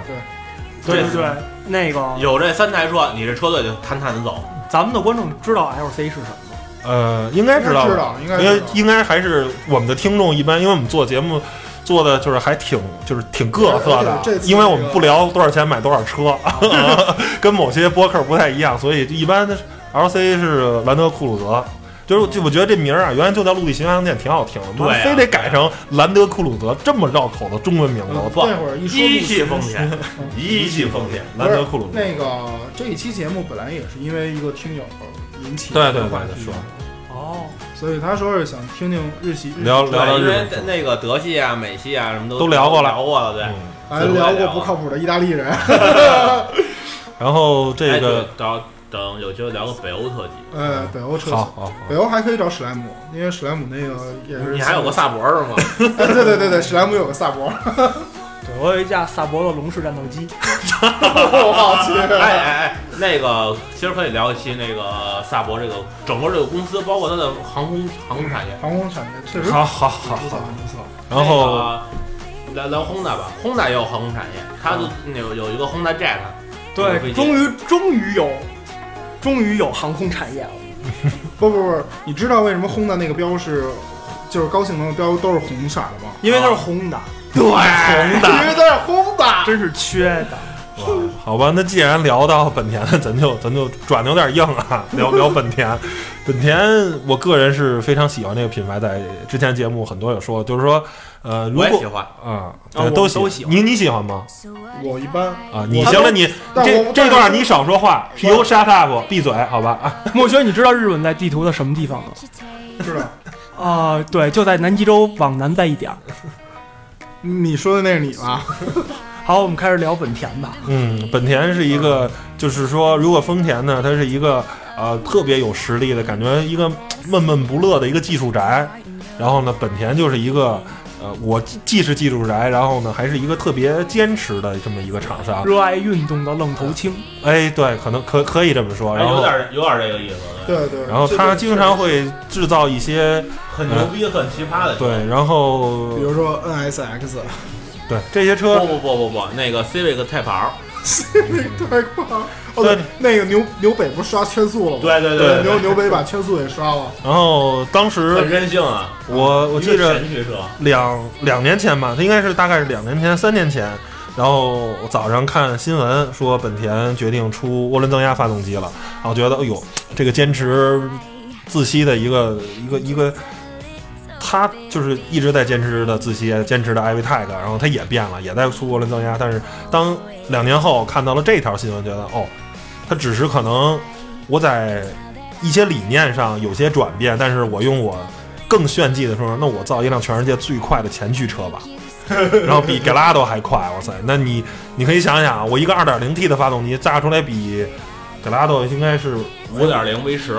Speaker 5: 对，
Speaker 6: 对
Speaker 4: 对
Speaker 6: 对对，那个
Speaker 4: 有这三台车，你这车队就坦坦的走。
Speaker 6: 咱们的观众知道 LC 是什么吗？
Speaker 3: 呃，应该知道吧，
Speaker 5: 应该知道应该知
Speaker 3: 因
Speaker 4: 嗯
Speaker 3: 为
Speaker 5: 道
Speaker 3: 应该还是我们的听众一般，因为我们做节目做的就是还挺就是挺各色的
Speaker 5: 而且这，次
Speaker 3: 因为我们不聊多少钱买多少车，
Speaker 4: 嗯
Speaker 3: 跟某些播客不太一样，所以一般 LC 是兰德酷路泽。就是就我觉得这名儿啊，原来就叫陆地巡洋舰，挺好听的，妈
Speaker 4: 对啊
Speaker 3: 非得改成兰德酷路泽这么绕口的中文名字，
Speaker 5: 嗯
Speaker 3: 我操！
Speaker 5: 那会儿一说
Speaker 4: 一
Speaker 5: 路
Speaker 4: 汽
Speaker 5: 虎
Speaker 4: 丰田，一汽丰田，
Speaker 3: 兰德酷路泽，
Speaker 5: 那个这一期节目本来也是因为一个听友引起
Speaker 3: 对
Speaker 5: 的
Speaker 3: 对对
Speaker 5: 话题
Speaker 3: 对说
Speaker 6: 哦，
Speaker 5: 所以他说是想听听日系日
Speaker 3: 聊
Speaker 5: 系
Speaker 3: 聊聊
Speaker 4: 因
Speaker 3: 日
Speaker 4: 为
Speaker 3: 本车
Speaker 4: 那个德系啊、美系啊什么都
Speaker 3: 都聊过了
Speaker 4: 聊过了，对。
Speaker 3: 嗯
Speaker 5: 还聊过不靠谱的意大利人，
Speaker 3: 然后
Speaker 4: 哎
Speaker 3: 这个
Speaker 4: 对等等有机会聊个北欧特辑，
Speaker 5: 呃，北欧车
Speaker 3: 好
Speaker 5: 型。
Speaker 3: 好好，
Speaker 5: 北欧还可以找史莱姆，因为史莱姆那个也是。
Speaker 4: 你还有个萨博是吗？
Speaker 5: 哎对对对对，史莱姆有个萨博。
Speaker 6: 对我有一架萨博的龙式战斗机，
Speaker 5: 我去，
Speaker 4: 哎哎哎，那个其实可以聊一期那个萨博这个整个这个公司，包括它的航空航空产业。
Speaker 5: 航空产业确实
Speaker 3: 好好好
Speaker 5: 不错
Speaker 3: 好。
Speaker 5: 不错，
Speaker 3: 然
Speaker 4: 哎
Speaker 3: 后
Speaker 4: 那个聊聊 Honda 吧，Honda 也有航空产业，它的
Speaker 3: 嗯
Speaker 4: 那有有一个 Honda Jet，这个啊飞机
Speaker 6: 对，终于终于有，终于有航空产业了。
Speaker 5: 不不不，你知道为什么轰的那个标是就是高性能的标都是红色的吗？
Speaker 6: 因为它是红的，
Speaker 3: 对红的，
Speaker 5: 因为它是轰的。
Speaker 6: 真是缺 的。
Speaker 3: 哇 好吧，那既然聊到本田了，咱就咱就转的有点硬啊，聊聊本田。本田，我个人是非常喜欢这个品牌，在之前节目很多有说，就是说，呃，如
Speaker 4: 我也喜
Speaker 3: 果
Speaker 4: 欢。
Speaker 3: 啊，
Speaker 6: 啊
Speaker 3: 对
Speaker 6: 我
Speaker 3: 都
Speaker 6: 都喜欢
Speaker 3: 你你喜欢吗？
Speaker 5: 我一般，
Speaker 3: 啊，你
Speaker 5: 我
Speaker 3: 行了，你
Speaker 5: 但我
Speaker 3: 这
Speaker 5: 但
Speaker 3: 这
Speaker 5: 是
Speaker 3: 段你少说话，是由沙大夫闭嘴，好吧？啊，
Speaker 6: 墨轩，你知道日本在地图的什么地方吗？
Speaker 5: 知道
Speaker 6: 啊、对，就在南极洲往南再一点儿。
Speaker 5: 你说的那是你吧？
Speaker 6: 好，我们开始聊本田吧。
Speaker 3: 嗯，本田是一个，就是说，如果丰田呢，它是一个呃特别有实力的感觉，一个闷闷不乐的一个技术宅。然后呢，本田就是一个呃，我既既是技术宅，然后呢还是一个特别坚持的这么一个厂商。
Speaker 6: 热爱运动的愣头青，
Speaker 3: 哎，对，可能可可以这么说。
Speaker 4: 哎，
Speaker 3: 然
Speaker 4: 有
Speaker 3: 后，
Speaker 4: 点有点这个意思，
Speaker 5: 对对。
Speaker 3: 然后
Speaker 5: 这
Speaker 3: 他
Speaker 5: 个
Speaker 3: 经常会制造一些
Speaker 4: 很牛逼、很奇葩的。
Speaker 3: 对，然后
Speaker 5: 比如说 NSX，
Speaker 3: 对这些
Speaker 4: 不
Speaker 3: 车，
Speaker 4: 不不不不，那个 Civic 太跑，
Speaker 5: 太快了。哦对
Speaker 3: 对，
Speaker 5: 那个牛牛北不是刷圈速了吗？
Speaker 4: 对对
Speaker 5: 对，牛
Speaker 4: 对，
Speaker 5: 牛北把圈速也刷了。
Speaker 3: 然后当
Speaker 4: 很
Speaker 3: 时
Speaker 4: 任性啊！
Speaker 3: 我我记
Speaker 4: 一个
Speaker 3: 着
Speaker 4: 神曲车，
Speaker 3: 两两年前吧，他应该是大概是两年前、三年前。然后我早上看新闻说，本田决定出涡轮增压发动机了。然后觉得，哎呦，这个坚持自吸的一个一个一个，他就是一直在坚持的自吸，坚持的呃 i v tech，然后他也变了，也在出涡轮增压。但是当两年后看到了这条新闻，觉得哦，他只是可能我在一些理念上有些转变，但是我用我更炫技的说，那我造一辆全世界最快的前驱车吧， 然后比 Gallardo 还快，哇塞！那你你可以想想，我一个 2.0T 的发动机炸出来比 Gallardo 应该是
Speaker 4: 五点零 V 十，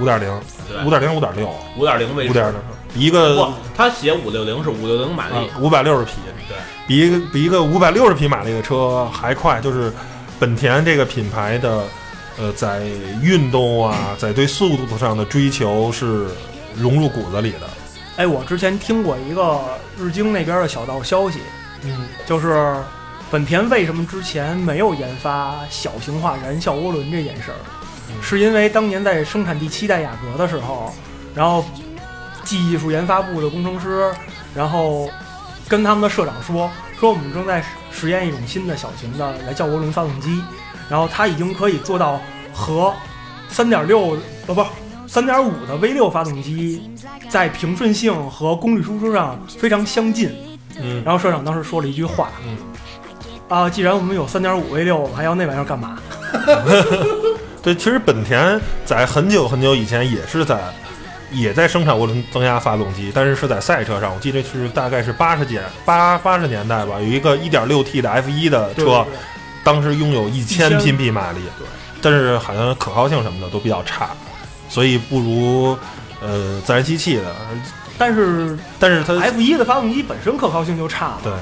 Speaker 3: 5.0、
Speaker 4: 对，
Speaker 3: 5.0、5.6、
Speaker 4: 五点零 V
Speaker 3: 5.0
Speaker 4: 十，
Speaker 3: 的，比一个呃
Speaker 4: 不，他写五六零是五六零马力，
Speaker 3: 五百六十匹，
Speaker 4: 哎对，
Speaker 3: 比一个比一个五百六十匹马力的车还快，就是本田这个品牌的，呃，在运动啊，在对速度上的追求是融入骨子里的。
Speaker 6: 哎，我之前听过一个日经那边的小道消息，
Speaker 3: 嗯，
Speaker 6: 就是本田为什么之前没有研发小型化燃效涡轮这件事儿，是因为当年在生产第七代雅阁的时候，然后技术研发部的工程师，然后跟他们的社长说，说我们正在实验一种新的小型的燃效涡轮发动机，然后它已经可以做到和三点六哦不。三点五的 V 六发动机在平顺性和功率输出上非常相近，
Speaker 3: 嗯，
Speaker 6: 然后社长当时说了一句话，
Speaker 3: 嗯
Speaker 6: 啊，既然我们有三点五 V 六，我们还要那玩意儿干嘛？
Speaker 3: 对，其实本田在很久很久以前也是在。也在生产涡轮增压发动机，但是是在赛车上。我记得是大概是八十年八八十年代吧，有一个 1.6T 的 F1 的车，
Speaker 5: 对对对
Speaker 3: 当时拥有一千
Speaker 6: 1000
Speaker 3: 匹匹马力，但是好像可靠性什么的都比较差，所以不如呃自然吸气的。而
Speaker 6: 但是
Speaker 3: 但是它
Speaker 6: F 一的发动机本身可靠性就差嘛，
Speaker 3: 对，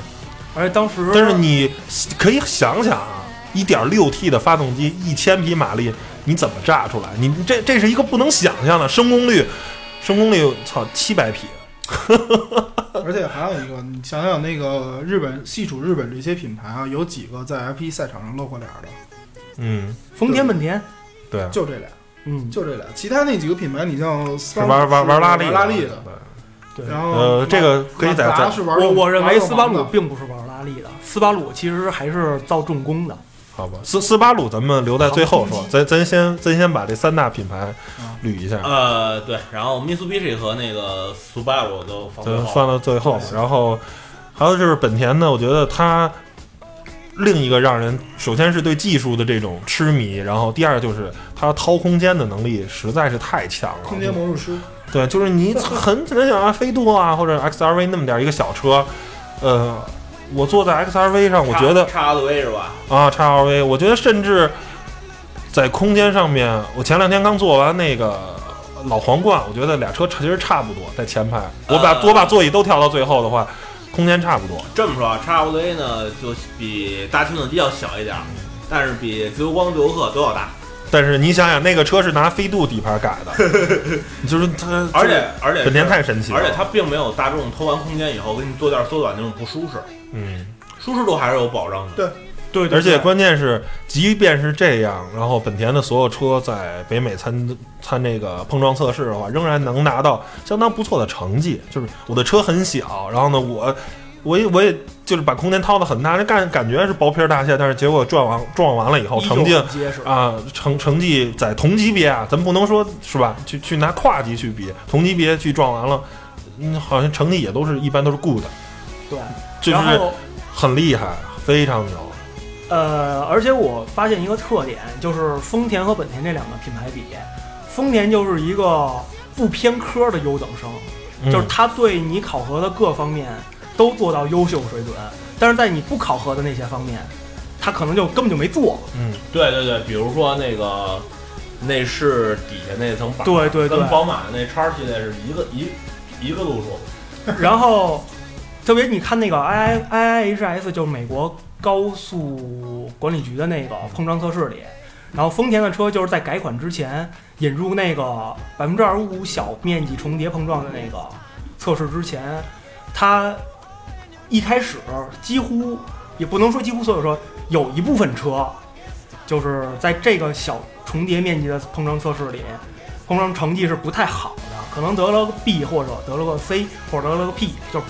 Speaker 6: 而且当时
Speaker 3: 但是你可以想想啊，一点六 T 的发动机，一千匹马力，你怎么炸出来？你这这是一个不能想象的升功率，升功率操七百匹，
Speaker 5: 而且还有一个，你想想那个日本，细数日本这些品牌啊，有几个在 F 1赛场上露过脸儿的？
Speaker 3: 嗯，
Speaker 6: 丰田、本田，
Speaker 3: 对，
Speaker 5: 就这俩，
Speaker 6: 嗯，
Speaker 5: 就这俩。其他那几个品牌，你像斯
Speaker 3: 是
Speaker 5: 巴
Speaker 3: 玩
Speaker 5: 鲁
Speaker 3: 玩
Speaker 5: 是玩
Speaker 3: 拉力
Speaker 5: 力
Speaker 3: 的，
Speaker 5: 拉的，
Speaker 3: 对
Speaker 6: 对
Speaker 5: 然后
Speaker 3: 呃，这个可以在
Speaker 5: 马
Speaker 3: 在
Speaker 5: 达是玩
Speaker 6: 我我认为
Speaker 5: 玩
Speaker 6: 斯巴
Speaker 5: 王
Speaker 6: 鲁
Speaker 5: 的
Speaker 6: 并不是玩拉力的，斯巴鲁其实还是造重工的。
Speaker 3: 好吧，斯斯巴鲁咱们留在最后说，咱咱先咱先把这三大品牌捋一下，
Speaker 4: 呃，对，然后 Mitsubishi 和那个 Subaru 都放最
Speaker 3: 咱
Speaker 4: 后
Speaker 3: 放到最后。然后还有就是本田呢，我觉得它另一个让人首先是对技术的这种痴迷，然后第二就是它掏空间的能力实在是太强了。
Speaker 5: 空间魔术师，
Speaker 3: 对，就是你很很想啊，飞度啊或者 XRV 那么点儿一个小车，呃，我坐在 XRV 上，我觉得
Speaker 4: 叉 LV 是吧？
Speaker 3: 啊，x L V，我觉得甚至在空间上面，我前两天刚做完那个老皇冠，我觉得俩车其实差不多，在前排，我把、
Speaker 4: 呃
Speaker 3: 我把座椅都调到最后的话，空间差不多。
Speaker 4: 这么说啊，叉 L A 呢就比大听动机要小一点儿，但是比自由光、自由客都要大，
Speaker 3: 但是你想想，那个车是拿飞度底盘改的，就是它，
Speaker 4: 而且而且
Speaker 3: 本田太神奇了，
Speaker 4: 而且它并没有大众偷完空间以后给你做点缩短那种不舒适，
Speaker 3: 嗯。
Speaker 4: 舒适度还是有保障的。
Speaker 5: 对
Speaker 6: 对，对
Speaker 3: 而且
Speaker 6: 对
Speaker 3: 关键是，即便是这样，然后本田的所有车在北美参参这个碰撞测试的话，仍然能拿到相当不错的成绩。就是我的车很小，然后呢，我我也我也就是把空间掏得很大，这感感觉是薄皮儿大蟹，但是结果撞完撞完了以后，
Speaker 6: 依旧
Speaker 3: 成绩
Speaker 6: 很结实，
Speaker 3: 哦啊、成成绩在同级别啊，咱不能说是吧？去去拿跨级去比，同级别去撞完了，嗯，好像成绩也都是一般都是 good，
Speaker 6: 对。
Speaker 3: 就
Speaker 6: 然
Speaker 3: 是
Speaker 6: 后
Speaker 3: 很厉害，非常牛。
Speaker 6: 呃，而且我发现一个特点，就是丰田和本田这两个品牌比，丰田就是一个不偏科的优等生，
Speaker 3: 嗯
Speaker 6: 就是他对你考核的各方面都做到优秀水准，但是在你不考核的那些方面，他可能就根本就没做。
Speaker 3: 嗯，
Speaker 4: 对对对，比如说那个内饰底下那层板，
Speaker 6: 对对对
Speaker 4: 跟宝马那叉系列是一个一一个路数。
Speaker 6: 然后，特别你看那个 I I H S，就是美国高速管理局的那个碰撞测试里，然后丰田的车就是在改款之前引入那个百分之二十五小面积重叠碰撞的那个测试之前，它一开始几乎也不能说几乎所有车，有一部分车就是在这个小重叠面积的碰撞测试里，碰撞成绩是不太好的，可能得了个 B 或者得了个 C 或者得了个 P，就是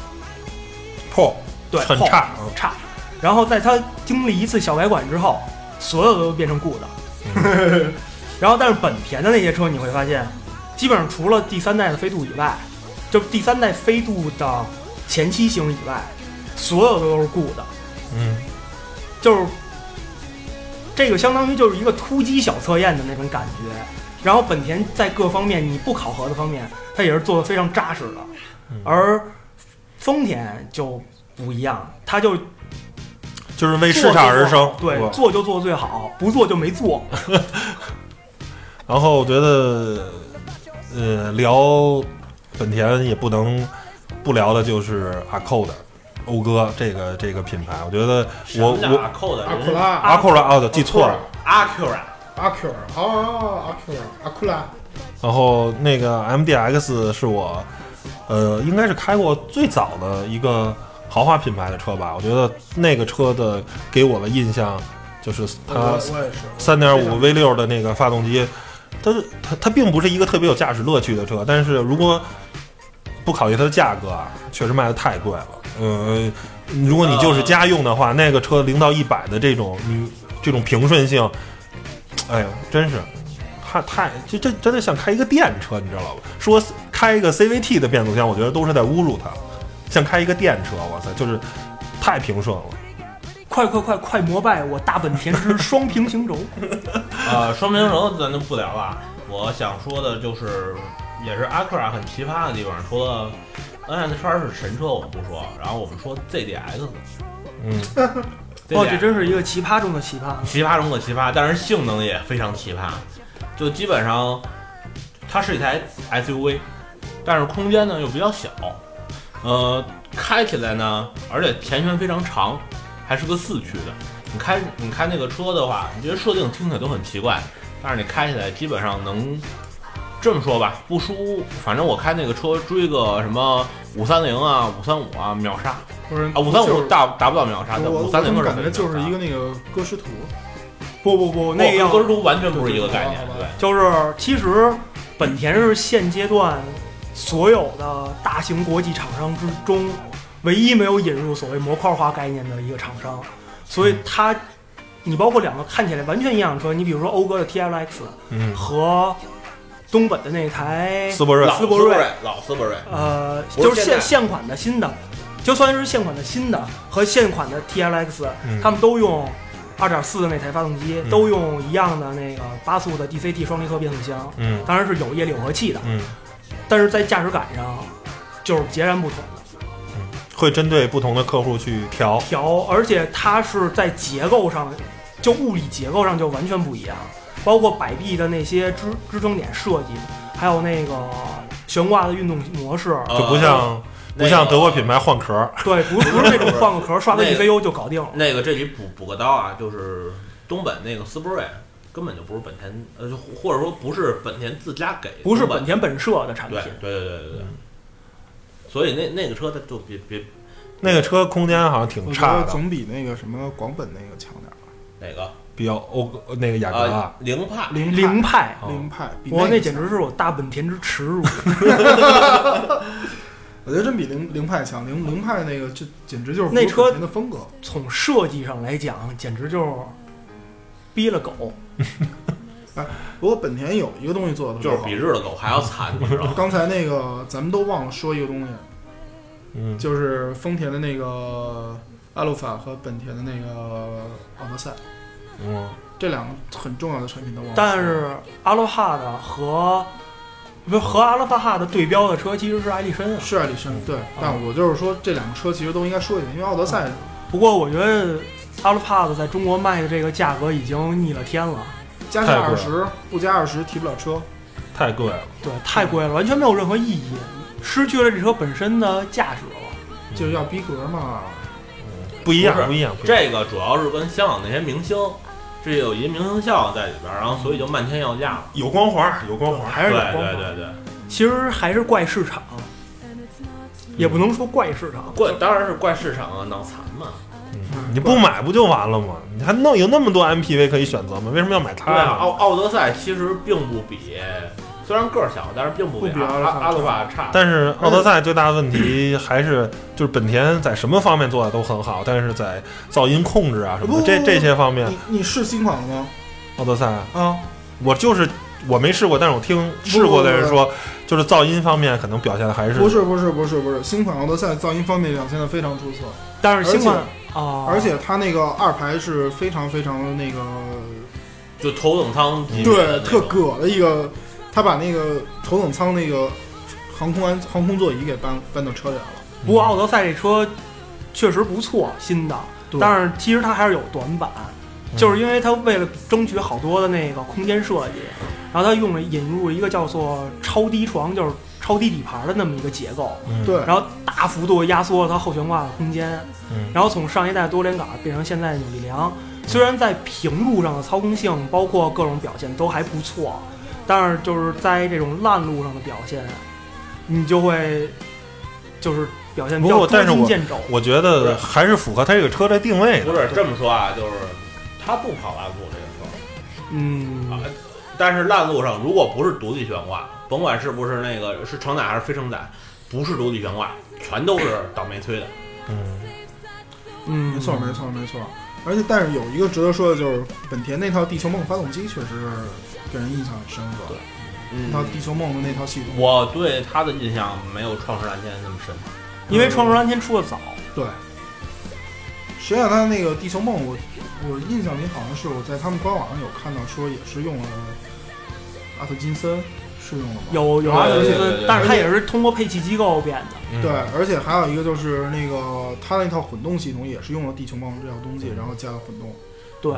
Speaker 3: 破
Speaker 6: 对
Speaker 3: 很
Speaker 6: 后
Speaker 3: 差啊。
Speaker 6: 差。然后在他经历一次小改款之后，所有的都变成 good 的。 然后，但是本田的那些车你会发现，基本上除了第三代的飞度以外，就第三代飞度的前期型以外，所有的都是 good 的。
Speaker 3: 嗯，
Speaker 6: 就是这个相当于就是一个突击小测验的那种感觉。然后本田在各方面你不考核的方面，它也是做的非常扎实的，
Speaker 3: 嗯
Speaker 6: 而丰田就不一样，它就
Speaker 3: 就是为市
Speaker 6: 做就
Speaker 3: 场而
Speaker 6: 做
Speaker 3: 生
Speaker 6: 好。对，
Speaker 3: 吧
Speaker 6: 做就做最好，不做就 没做。
Speaker 3: 然后我觉得，呃，聊本田也不能不聊的就是阿扣的讴歌这个这个品牌，我觉得我
Speaker 4: 什么叫
Speaker 3: 我
Speaker 4: 阿扣的
Speaker 5: 阿
Speaker 6: 啊
Speaker 5: 库拉
Speaker 3: 阿扣的哦，对记错了。
Speaker 4: 阿 Q 啊，
Speaker 5: 阿 Q 哦，阿 Q 阿库拉，
Speaker 3: 然后那个 MDX 是我，呃，应该是开过最早的一个豪华品牌的车吧。我觉得那个车的给我的印象就是
Speaker 5: 我
Speaker 3: 它
Speaker 5: 我也是
Speaker 3: 三点
Speaker 5: 非
Speaker 3: 五 V 六的那个发动机，它是它它并不是一个特别有驾驶乐趣的车，但是如果不考虑它的价格啊，确实卖的太贵了。嗯、如果你就是家用的话，那个车零到一百的这种你这种平顺性，哎呀，真是。太太，这这真的像开一个电车，你知道吧？说开一个 CVT 的变速箱，我觉得都是在侮辱它，像开一个电车，哇塞，就是太平顺了。
Speaker 6: 快快快快膜拜我大本田之双平 行轴！
Speaker 4: 呃，双平行咱就不聊了。我想说的就是，也是阿 Q 啊很奇葩的地方，除了 N S 叉是神车我们不说，然后我们说 Z D X，
Speaker 3: 嗯，
Speaker 6: 哦，这真是一个奇葩中的奇葩。
Speaker 4: 奇葩中的奇葩，但是性能也非常奇葩，就基本上它是一台 SUV，但是空间呢又比较小，呃，开起来呢，而且前悬非常长，还是个四驱的。你开你开那个车的话，你觉得设定听起来都很奇怪，但是你开起来基本上能这么说吧，不输。反正我开那个车追个什么五三零啊、五三五啊，秒杀
Speaker 5: 不是
Speaker 4: 啊，五三五达达不到秒杀的，
Speaker 5: 我
Speaker 4: 五
Speaker 5: 我
Speaker 4: 三零
Speaker 5: 怎么感觉就是一个那个歌诗图，
Speaker 6: 不不不，那个
Speaker 4: 跟
Speaker 6: 要
Speaker 4: 格尔都完全不是一个概念
Speaker 5: 对对，对
Speaker 4: 对。
Speaker 6: 就是其实本田是现阶段所有的大型国际厂商之中，唯一没有引入所谓模块化概念的一个厂商，所
Speaker 3: 嗯
Speaker 6: 以它，你包括两个看起来完全一样的车，你比如说讴歌的 TLX
Speaker 3: 嗯
Speaker 6: 和东本的那台，
Speaker 3: 斯铂瑞
Speaker 4: 老斯
Speaker 6: 铂
Speaker 4: 铂
Speaker 6: 瑞
Speaker 4: 瑞，老斯铂瑞，
Speaker 6: 呃，
Speaker 4: 我
Speaker 6: 就是
Speaker 4: 现
Speaker 6: 现
Speaker 4: 在
Speaker 6: 现款的新的，就算是现款的新的和现款的 TLX，、
Speaker 3: 嗯
Speaker 6: 他们都用2.4的那台发动机，
Speaker 3: 嗯
Speaker 6: 都用一样的那个八速的 DCT 双离合变速箱，
Speaker 3: 嗯
Speaker 6: 当然是有液力耦合器的，
Speaker 3: 嗯，
Speaker 6: 但是在驾驶感上就是截然不同的
Speaker 3: 会针对不同的客户去调。
Speaker 6: 调，而且它是在结构上，就物理结构上就完全不一样，包括摆臂的那些支
Speaker 3: 哦
Speaker 6: 支撑点设计，还有那个悬挂的运动模式，
Speaker 4: 呃嗯
Speaker 3: 就不像不像德国品牌换壳儿，
Speaker 6: 对，不不是那种换个壳刷个
Speaker 4: 那个
Speaker 6: EVU 就搞定了。
Speaker 4: 那个这里补补个刀啊，就是东本那个斯铂瑞根本就不是本田，呃，就或者说不是本田自家给，
Speaker 6: 不是
Speaker 4: 东
Speaker 6: 本田本社的产品
Speaker 4: 对，对对对对对。所以那那个车它就别别
Speaker 3: 那个车空间好像挺
Speaker 5: 我觉
Speaker 3: 差
Speaker 5: 得
Speaker 3: 的，
Speaker 5: 总比那个什么广本那个强点儿
Speaker 4: 啊
Speaker 5: 吧。
Speaker 4: 哪个
Speaker 3: 比较欧那个雅阁
Speaker 4: 啊
Speaker 3: 啊，
Speaker 4: 凌派
Speaker 5: 凌
Speaker 6: 凌派，
Speaker 3: 哦
Speaker 5: 凌派，比
Speaker 6: 我
Speaker 5: 那
Speaker 6: 那简直是我大本田之耻辱。
Speaker 5: 我觉得真比凌凌派强。凌凌派那个这简直就是
Speaker 6: 那车
Speaker 5: 的风格，
Speaker 6: 从设计上来讲，简直就是逼了狗。
Speaker 5: 不过本田有一个东西做的
Speaker 4: 就是比日的狗还要惨，你知 道吗？
Speaker 5: 刚才那个咱们都忘了说一个东西，
Speaker 4: 呃
Speaker 3: 嗯，
Speaker 5: 就是丰田的那个阿鲁法和本田的那个奥德赛，
Speaker 3: 嗯，
Speaker 5: 这两个很重要的产品都忘了。
Speaker 6: 但是阿罗哈的和不是和阿罗哈的对标的车其实是艾力绅啊。
Speaker 5: 是艾力绅，对，但我就是说这两个车其实都应该说一遍，因为奥德赛
Speaker 6: 不过我觉得阿罗哈的在中国卖的这个价格已经逆了天了，
Speaker 5: 加
Speaker 3: 太
Speaker 5: 价
Speaker 3: 贵
Speaker 5: 二
Speaker 3: 了
Speaker 5: 十，不加二十提不了车。
Speaker 3: 太贵了，
Speaker 6: 对，呃太贵了，完全没有任何意义，失去了这车本身的价值了。
Speaker 5: 就是要逼格嘛。
Speaker 3: 不一样
Speaker 4: 嗯不是，
Speaker 3: 不一样，不一样
Speaker 4: 这个主要是跟香港那些明星，这有一明星效应在里边儿，然后所以就漫天要价了。
Speaker 3: 有光环，有光环，
Speaker 4: 对
Speaker 6: 还是有光
Speaker 4: 对
Speaker 6: 环
Speaker 4: 对对，
Speaker 6: 其实还是怪市场，也不能说怪市场，
Speaker 4: 怪当然是怪市场啊，脑残嘛。
Speaker 3: 嗯你不买不就完了吗？你还弄有那么多 MPV 可以选择吗？为什么要买它
Speaker 4: 对啊，
Speaker 3: 呢？
Speaker 4: 奥奥德赛其实并不比，虽然个儿小，但是并不比
Speaker 5: 不比
Speaker 4: 阿
Speaker 5: 阿
Speaker 4: 阿
Speaker 5: 拉
Speaker 4: 阿鲁法差。
Speaker 3: 但是奥德赛最大的问题还是就是本田在什么方面做的都很好，但是在噪音控制啊什么的
Speaker 5: 不
Speaker 3: 这
Speaker 4: 哦
Speaker 3: 这些方
Speaker 6: 啊
Speaker 3: 面，
Speaker 5: 你你试新款了吗？
Speaker 3: 奥德赛
Speaker 5: 啊，
Speaker 3: 我就是我没试过，但是我听试过的人说，就是噪音方面可能表现的还是
Speaker 5: 不是不是不是不是，新款奥德赛噪音方面现在非常出色，
Speaker 6: 但是新款
Speaker 5: 而
Speaker 6: 啊，
Speaker 5: 而且它那个二排是非常非常的那个，
Speaker 4: 就头等舱级别的
Speaker 5: 对，
Speaker 4: 那
Speaker 5: 特
Speaker 4: 种
Speaker 5: 葛的一个，它把那个头等舱那个航空安航空座椅给搬搬到车里来了。
Speaker 3: 嗯
Speaker 6: 不过奥德赛这车确实不错，新的，
Speaker 5: 对
Speaker 6: 但是其实它还是有短板，
Speaker 3: 嗯
Speaker 6: 就是因为它为了争取好多的那个空间设计，然后它用了引入了一个叫做超低床，就是超低底盘的那么一个结构，
Speaker 3: 嗯
Speaker 5: 对，
Speaker 6: 然后大幅度压缩了它后悬挂的空间，
Speaker 3: 嗯
Speaker 6: 然后从上一代多连杆变成现在的扭力梁，虽然在平路上的操控性，包括各种表现都还不错，但是就是在这种烂路上的表现，你就会就是表现比
Speaker 3: 不
Speaker 6: 较
Speaker 3: 过但
Speaker 6: 捉
Speaker 3: 是
Speaker 6: 襟见肘。
Speaker 3: 我啊觉得还是符合它这个车的定位
Speaker 4: 不
Speaker 3: 的。
Speaker 4: 是这么说啊，就是它不跑烂路这个车。
Speaker 6: 嗯，
Speaker 4: 啊，但是烂路上如果不是独立悬挂，甭管是不是那个是承载还是非承载，不是独立悬挂，全都是倒霉催的。
Speaker 3: 嗯，
Speaker 6: 嗯，
Speaker 5: 没错没错没错。而且但是有一个值得说的就是，本田那套地球梦发动机确实给人印象很深刻，那套
Speaker 4: 嗯，
Speaker 5: 地球梦的那套系统，
Speaker 4: 我对它的印象没有《创世蓝天》那么深。
Speaker 6: 因为《创世蓝天》出的早，
Speaker 5: 对。实际上，它那个地球梦，我我印象里好像是我在他们官网上有看到说，也是用了阿特金森，是用了吗？
Speaker 6: 有啊有
Speaker 5: 对
Speaker 6: 阿德
Speaker 5: 对
Speaker 6: 金
Speaker 4: 对
Speaker 6: 森
Speaker 4: 对，
Speaker 6: 但是它也是通过配气机构变的。
Speaker 3: 嗯
Speaker 5: 对，而且还有一个就是那个它那套混动系统也是用了地球梦这套东西，然后加了混动，
Speaker 6: 嗯
Speaker 5: 嗯
Speaker 6: 对，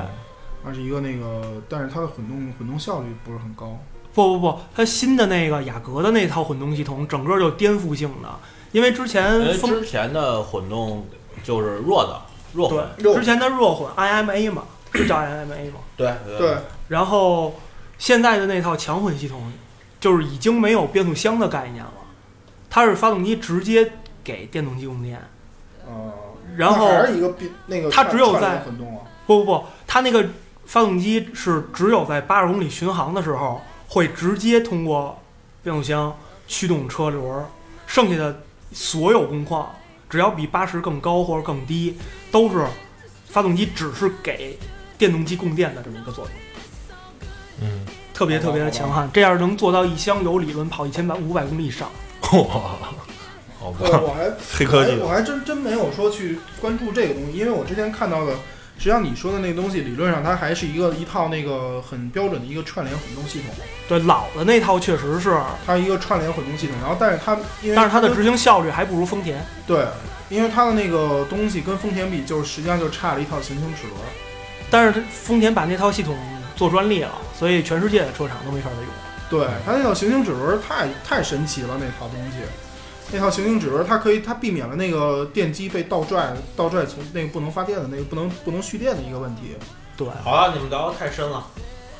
Speaker 5: 而是一个那个，但是它的混动混动效率不是很高。
Speaker 6: 不不不，它新的那个雅阁的那套混动系统，整个就颠覆性的，因为之
Speaker 4: 因
Speaker 6: 前
Speaker 4: 为
Speaker 6: 丰
Speaker 4: 之前的混动就是弱的弱混，
Speaker 5: 肉
Speaker 6: 对，之前的热混 IMA 嘛，是叫 IMA 嘛，
Speaker 4: 对
Speaker 5: 对，
Speaker 6: 然后现在的那套强混系统，就是已经没有变速箱的概念了，它是发动机直接给电动机供电，
Speaker 5: 呃，
Speaker 6: 然后
Speaker 5: 那还是一个变那个
Speaker 6: 它只有
Speaker 5: 串
Speaker 6: 在
Speaker 5: 串联混动啊，
Speaker 6: 不不不，它那个发动机是只有在八十公里巡航的时候，会直接通过变速箱驱动车轮儿，剩下的所有工况，只要比八十更高或者更低，都是发动机只是给电动机供电的这么一个作用。
Speaker 3: 嗯，
Speaker 6: 特别特别的强悍，这样能做到一箱油理论跑一千百五百公里以上。
Speaker 3: 哇，好
Speaker 4: 哦
Speaker 5: 对，
Speaker 3: 吧，
Speaker 5: 我还
Speaker 3: 黑科技
Speaker 5: 哎我还我还真真没有说去关注这个东西，因为我之前看到的，实际上你说的那个东西，理论上它还是一个一套那个很标准的一个串联混动系统，
Speaker 6: 对，老的那套确实是，
Speaker 5: 它一个串联混动系统，然后但是它因为
Speaker 6: 但是它的
Speaker 3: 嗯
Speaker 5: 跟
Speaker 6: 执行效率还不如丰田。
Speaker 5: 对，因为它的那个东西跟丰田比，就是实际上就差了一套行星齿轮。
Speaker 6: 但是丰田把那套系统做专利了，所以全世界的车厂都没法再用。
Speaker 5: 对，它那套行星齿轮太太神奇了，那套东西。那套行进纸，它可以它避免了那个电机被倒拽，倒拽从那个不能发电的那个不能不能蓄电的一个问题。
Speaker 6: 对，
Speaker 4: 好了，你们聊的太深了，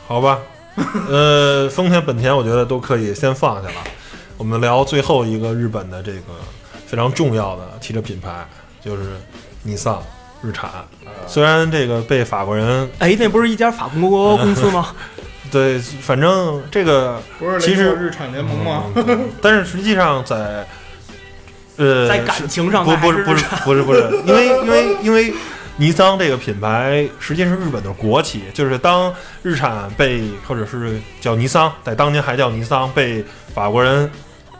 Speaker 3: 好吧， 呃，丰田、本田，我觉得都可以先放下了。我们聊最后一个日本的这个非常重要的汽车品牌，就是尼桑、日产。
Speaker 5: 呃
Speaker 3: 虽然这个被法国人
Speaker 6: 哎，那不是一家法 国公司吗？
Speaker 3: 对，反正这个
Speaker 5: 不是
Speaker 3: 其实
Speaker 5: 日产联盟吗？
Speaker 3: 嗯 但是实际上在呃
Speaker 6: 在感情上
Speaker 3: 不
Speaker 6: 它还
Speaker 3: 不是不
Speaker 6: 日
Speaker 3: 是不是不是，因为因为因为尼桑这个品牌实际是日本的国企，就是当日产被或者是叫尼桑，在当年还叫尼桑被法国人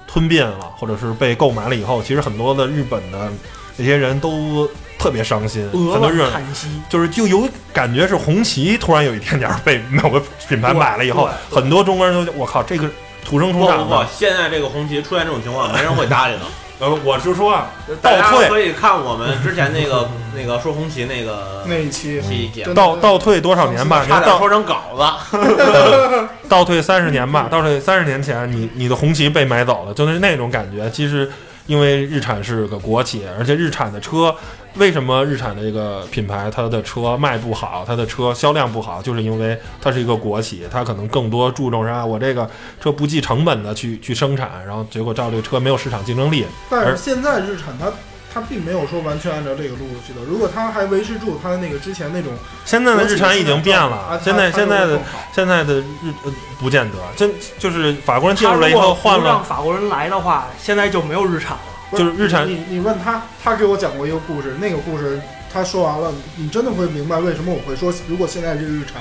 Speaker 3: 吞并了，或者是被购买了以后，其实很多的日本的那些人都特别伤心，
Speaker 6: 俄
Speaker 3: 很多日
Speaker 6: 了
Speaker 3: 本
Speaker 6: 叹息，
Speaker 3: 就是就有感觉是红旗突然有一天点儿被某个品牌买了以后，
Speaker 6: 对对
Speaker 3: 很多中国人都我靠这个土生
Speaker 4: 不
Speaker 3: 土
Speaker 4: 不
Speaker 3: 长
Speaker 4: 不
Speaker 3: 的，，
Speaker 4: 现在这个红旗出现这种情况，没人会 搭理的。
Speaker 3: 呃，我是说啊，倒
Speaker 4: 大家
Speaker 3: 退
Speaker 4: 可以看我们之前那个那个说红旗那个
Speaker 5: 那一期
Speaker 4: 期节目，
Speaker 5: 真的
Speaker 3: 倒倒退多少年吧，你
Speaker 4: 差
Speaker 3: 看
Speaker 4: 点
Speaker 3: 倒
Speaker 4: 说成稿子。
Speaker 3: 倒退三十年吧，倒退三十年前，你你的红旗被买走了，就是那种感觉。其实，因为日产是个国企，而且日产的车，为什么日产的这个品牌它的车卖不好，它的车销量不好，就是因为它是一个国企，它可能更多注重是啊，我这个车不计成本的去去生产，然后结果照这个车没有市场竞争力，
Speaker 5: 但
Speaker 3: 而
Speaker 5: 是现在日产它它并没有说完全按照这个路子去走，如果它还维持住它的那个之前那种
Speaker 3: 现在
Speaker 5: 国
Speaker 3: 的
Speaker 5: 企
Speaker 3: 日
Speaker 5: 的市场状态，
Speaker 3: 产已经变
Speaker 5: 啊
Speaker 3: 了，现在
Speaker 5: 它它
Speaker 3: 现
Speaker 5: 就会
Speaker 3: 在的
Speaker 5: 更好
Speaker 3: 现在的日呃不见得，真就是法国人进
Speaker 6: 他
Speaker 3: 入
Speaker 6: 如
Speaker 3: 了以
Speaker 6: 果
Speaker 3: 后
Speaker 6: 不
Speaker 3: 换了
Speaker 6: 让。法国人来的话，现在就没有日产了。
Speaker 5: 不是
Speaker 3: 就是日产
Speaker 5: 你你问他，他给我讲过一个故事，那个故事他说完了，你真的会明白为什么我会说，如果现在是日产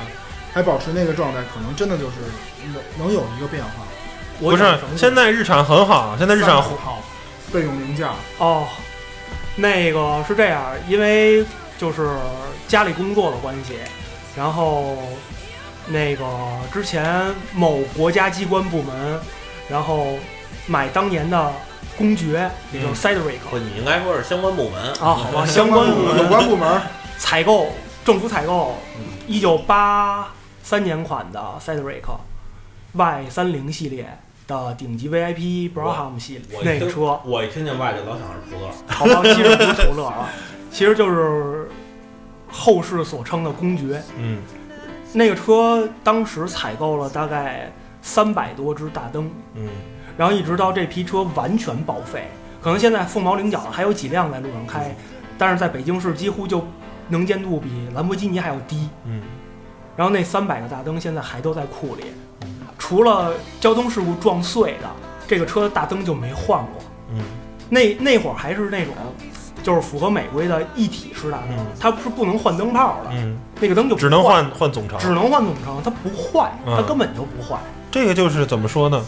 Speaker 5: 还保持那个状态，可能真的就是能能有一个变化，
Speaker 6: 我
Speaker 3: 不是
Speaker 6: 想，成
Speaker 3: 现在日产很好，啊现在日产
Speaker 5: 三百套备用零件，
Speaker 6: 哦，那个是这样，因为就是家里工作的关系，然后那个之前某国家机关部门，然后买当年的公爵，也就是 Cedric、
Speaker 4: 不，你应该说是相关部门
Speaker 6: 啊，好吧，
Speaker 5: 相
Speaker 6: 相关
Speaker 5: 部
Speaker 6: 部
Speaker 5: 门有
Speaker 6: 门
Speaker 5: 关部门
Speaker 6: 采购，政府采购，
Speaker 4: 嗯
Speaker 6: 一九八三年款的 Cedric Y 三零系列的顶级 VIP Braham 系列
Speaker 4: 我一
Speaker 6: 那个
Speaker 4: 听
Speaker 6: 车，
Speaker 4: 我一听见外就老想着福乐，
Speaker 6: 好吧，其实不是途乐啊，其实就是后世所称的公爵。
Speaker 3: 嗯，
Speaker 6: 那个车当时采购了大概三百多只大灯，
Speaker 3: 嗯，
Speaker 6: 然后一直到这批车完全报废，可能现在凤毛麟角了，还有几辆在路上开，但是在北京市几乎就能见度比兰博基尼还要低。
Speaker 3: 嗯，
Speaker 6: 然后那三百个大灯现在还都在库里，除了交通事故撞碎的，这个车的大灯就没换过。
Speaker 3: 嗯，
Speaker 6: 那那会儿还是那种，就是符合美规的一体式大灯，
Speaker 3: 嗯
Speaker 6: 它是不能换灯泡的，
Speaker 3: 嗯，
Speaker 6: 那个灯就不
Speaker 3: 只能
Speaker 6: 换，
Speaker 3: 换换总成。
Speaker 6: 只能换总成，它不坏，
Speaker 3: 嗯
Speaker 6: 它根本就不坏。
Speaker 3: 这个就是怎么说呢？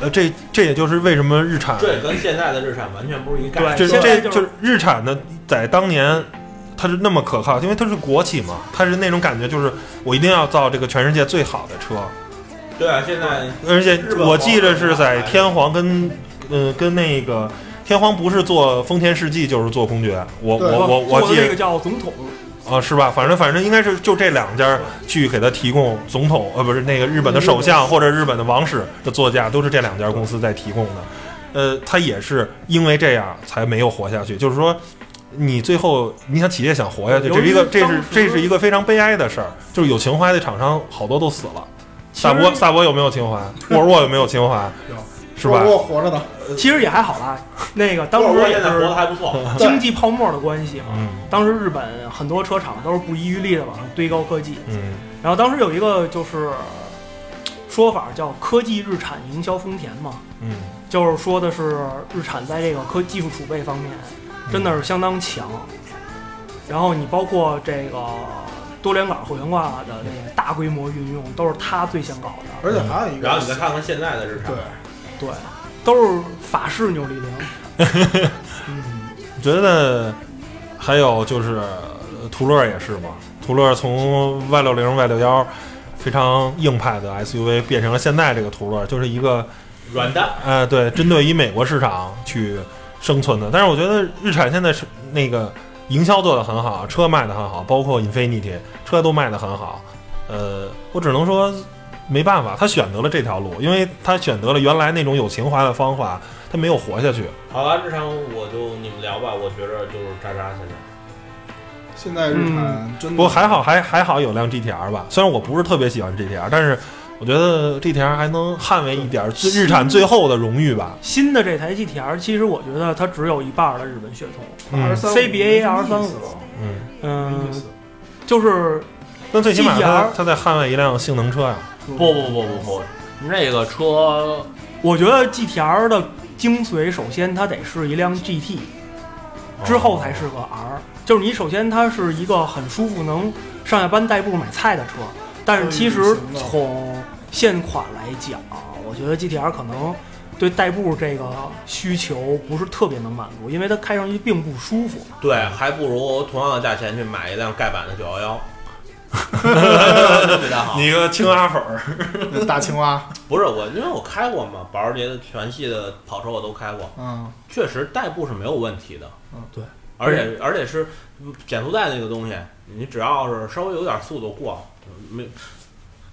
Speaker 3: 呃，这这也就是为什么日产
Speaker 4: 这跟现在的日产完全不是一概念。啊
Speaker 3: 这
Speaker 6: 现在
Speaker 3: 这
Speaker 6: 就是
Speaker 3: 就是日产的，在当年它是那么可靠，因为它是国企嘛，它是那种感觉，就是我一定要造这个全世界最好的车，
Speaker 4: 对啊，现在
Speaker 3: 而且
Speaker 4: 日本
Speaker 3: 我记着是在
Speaker 4: 皇上
Speaker 3: 天皇跟呃跟那个天皇不是做丰田世纪就是做公爵，我
Speaker 5: 对
Speaker 3: 我我我
Speaker 6: 做
Speaker 3: 记
Speaker 6: 的那
Speaker 3: 着
Speaker 6: 个叫总统，
Speaker 3: 啊，是吧？反正反正应该是就这两家去给他提供总统呃，不是那个日本的首相或者日本的王室的座驾，都是这两家公司在提供的。呃，他也是因为这样才没有活下去，就是说。你最后，你想企业想活下去，这是一个，
Speaker 6: 由于
Speaker 3: 这
Speaker 6: 当
Speaker 3: 是
Speaker 6: 时
Speaker 3: 这是一个非常悲哀的事儿。就是有情怀的厂商好多都死了，
Speaker 6: 实
Speaker 3: 萨博萨博有没有情怀？沃尔沃有没有情怀？ 是吧
Speaker 5: 我？我活着呢，
Speaker 6: 其实也还好 啦。那个当
Speaker 4: 沃尔沃
Speaker 6: 时也
Speaker 4: 现在活
Speaker 6: 是
Speaker 4: 得还不错，
Speaker 6: 经济泡沫的关系嘛，
Speaker 3: 嗯
Speaker 6: 当时日本很多车厂都是不遗余力的往上堆高科技，
Speaker 3: 嗯
Speaker 6: 然后当时有一个就是说法叫“科技日产营销丰田”嘛，
Speaker 3: 嗯
Speaker 6: 就是说的是日产在这个科技术储备方面真的是相当强。然后你包括这个多连杆后悬挂的那个大规模运用，都是他最先搞的，
Speaker 5: 而且还有一个，
Speaker 4: 然后你再看看现在的日产
Speaker 5: 对，，
Speaker 6: 对，都是法式扭力梁。
Speaker 3: 觉得还有就是呃途乐也是嘛，途乐从 Y 六零、Y 六幺非常硬派的 SUV 变成了现在这个途乐，就是一个
Speaker 4: 软蛋。
Speaker 3: 呃，对，针对于美国市场去生存的。但是我觉得日产现在是那个营销做得很好，车卖得很好，包括 Infinity 车都卖得很好。呃，我只能说没办法，他选择了这条路，因为他选择了原来那种有情怀的方法它没有活下去。
Speaker 4: 好了，日常我就你们聊吧，我觉着就是渣渣现在。
Speaker 5: 现在日产真
Speaker 3: 嗯
Speaker 5: 的
Speaker 3: 不过还好，还还好有辆 GTR 吧。虽然我不是特别喜欢 GTR，但是我觉得 GTR 还能捍卫一点儿最日产最后的荣誉吧。
Speaker 6: 新的这台 GTR，其实我觉得它只有一半儿的日本血统。
Speaker 3: 嗯
Speaker 6: CBA R35
Speaker 3: 嗯，
Speaker 6: 嗯，就是
Speaker 3: 那最起码它
Speaker 6: GTR
Speaker 3: 它在捍卫一辆性能车呀、
Speaker 4: 不不不不不，那个车
Speaker 6: 我觉得 GTR 的精髓，首先它得是一辆 GT，之后才是个 R。就是你首先它是一个很舒服能上下班代步买菜的车，但是
Speaker 5: 嗯
Speaker 6: 其实从现款来讲，我觉得 GTR 可能对代步这个需求不是特别能满足，因为它开上去并不舒服。
Speaker 4: 对，还不如同样的价钱去买一辆盖板的九幺幺，比它好。
Speaker 3: 你个青蛙粉儿，
Speaker 5: 大青蛙，
Speaker 4: 不是我，因为我开过嘛，保时捷的全系的跑车我都开过，
Speaker 5: 嗯，
Speaker 4: 确实代步是没有问题的。
Speaker 5: 嗯，
Speaker 6: 对，
Speaker 4: 而且而且是嗯减速带那个东西，你只要是稍微有点速度过，没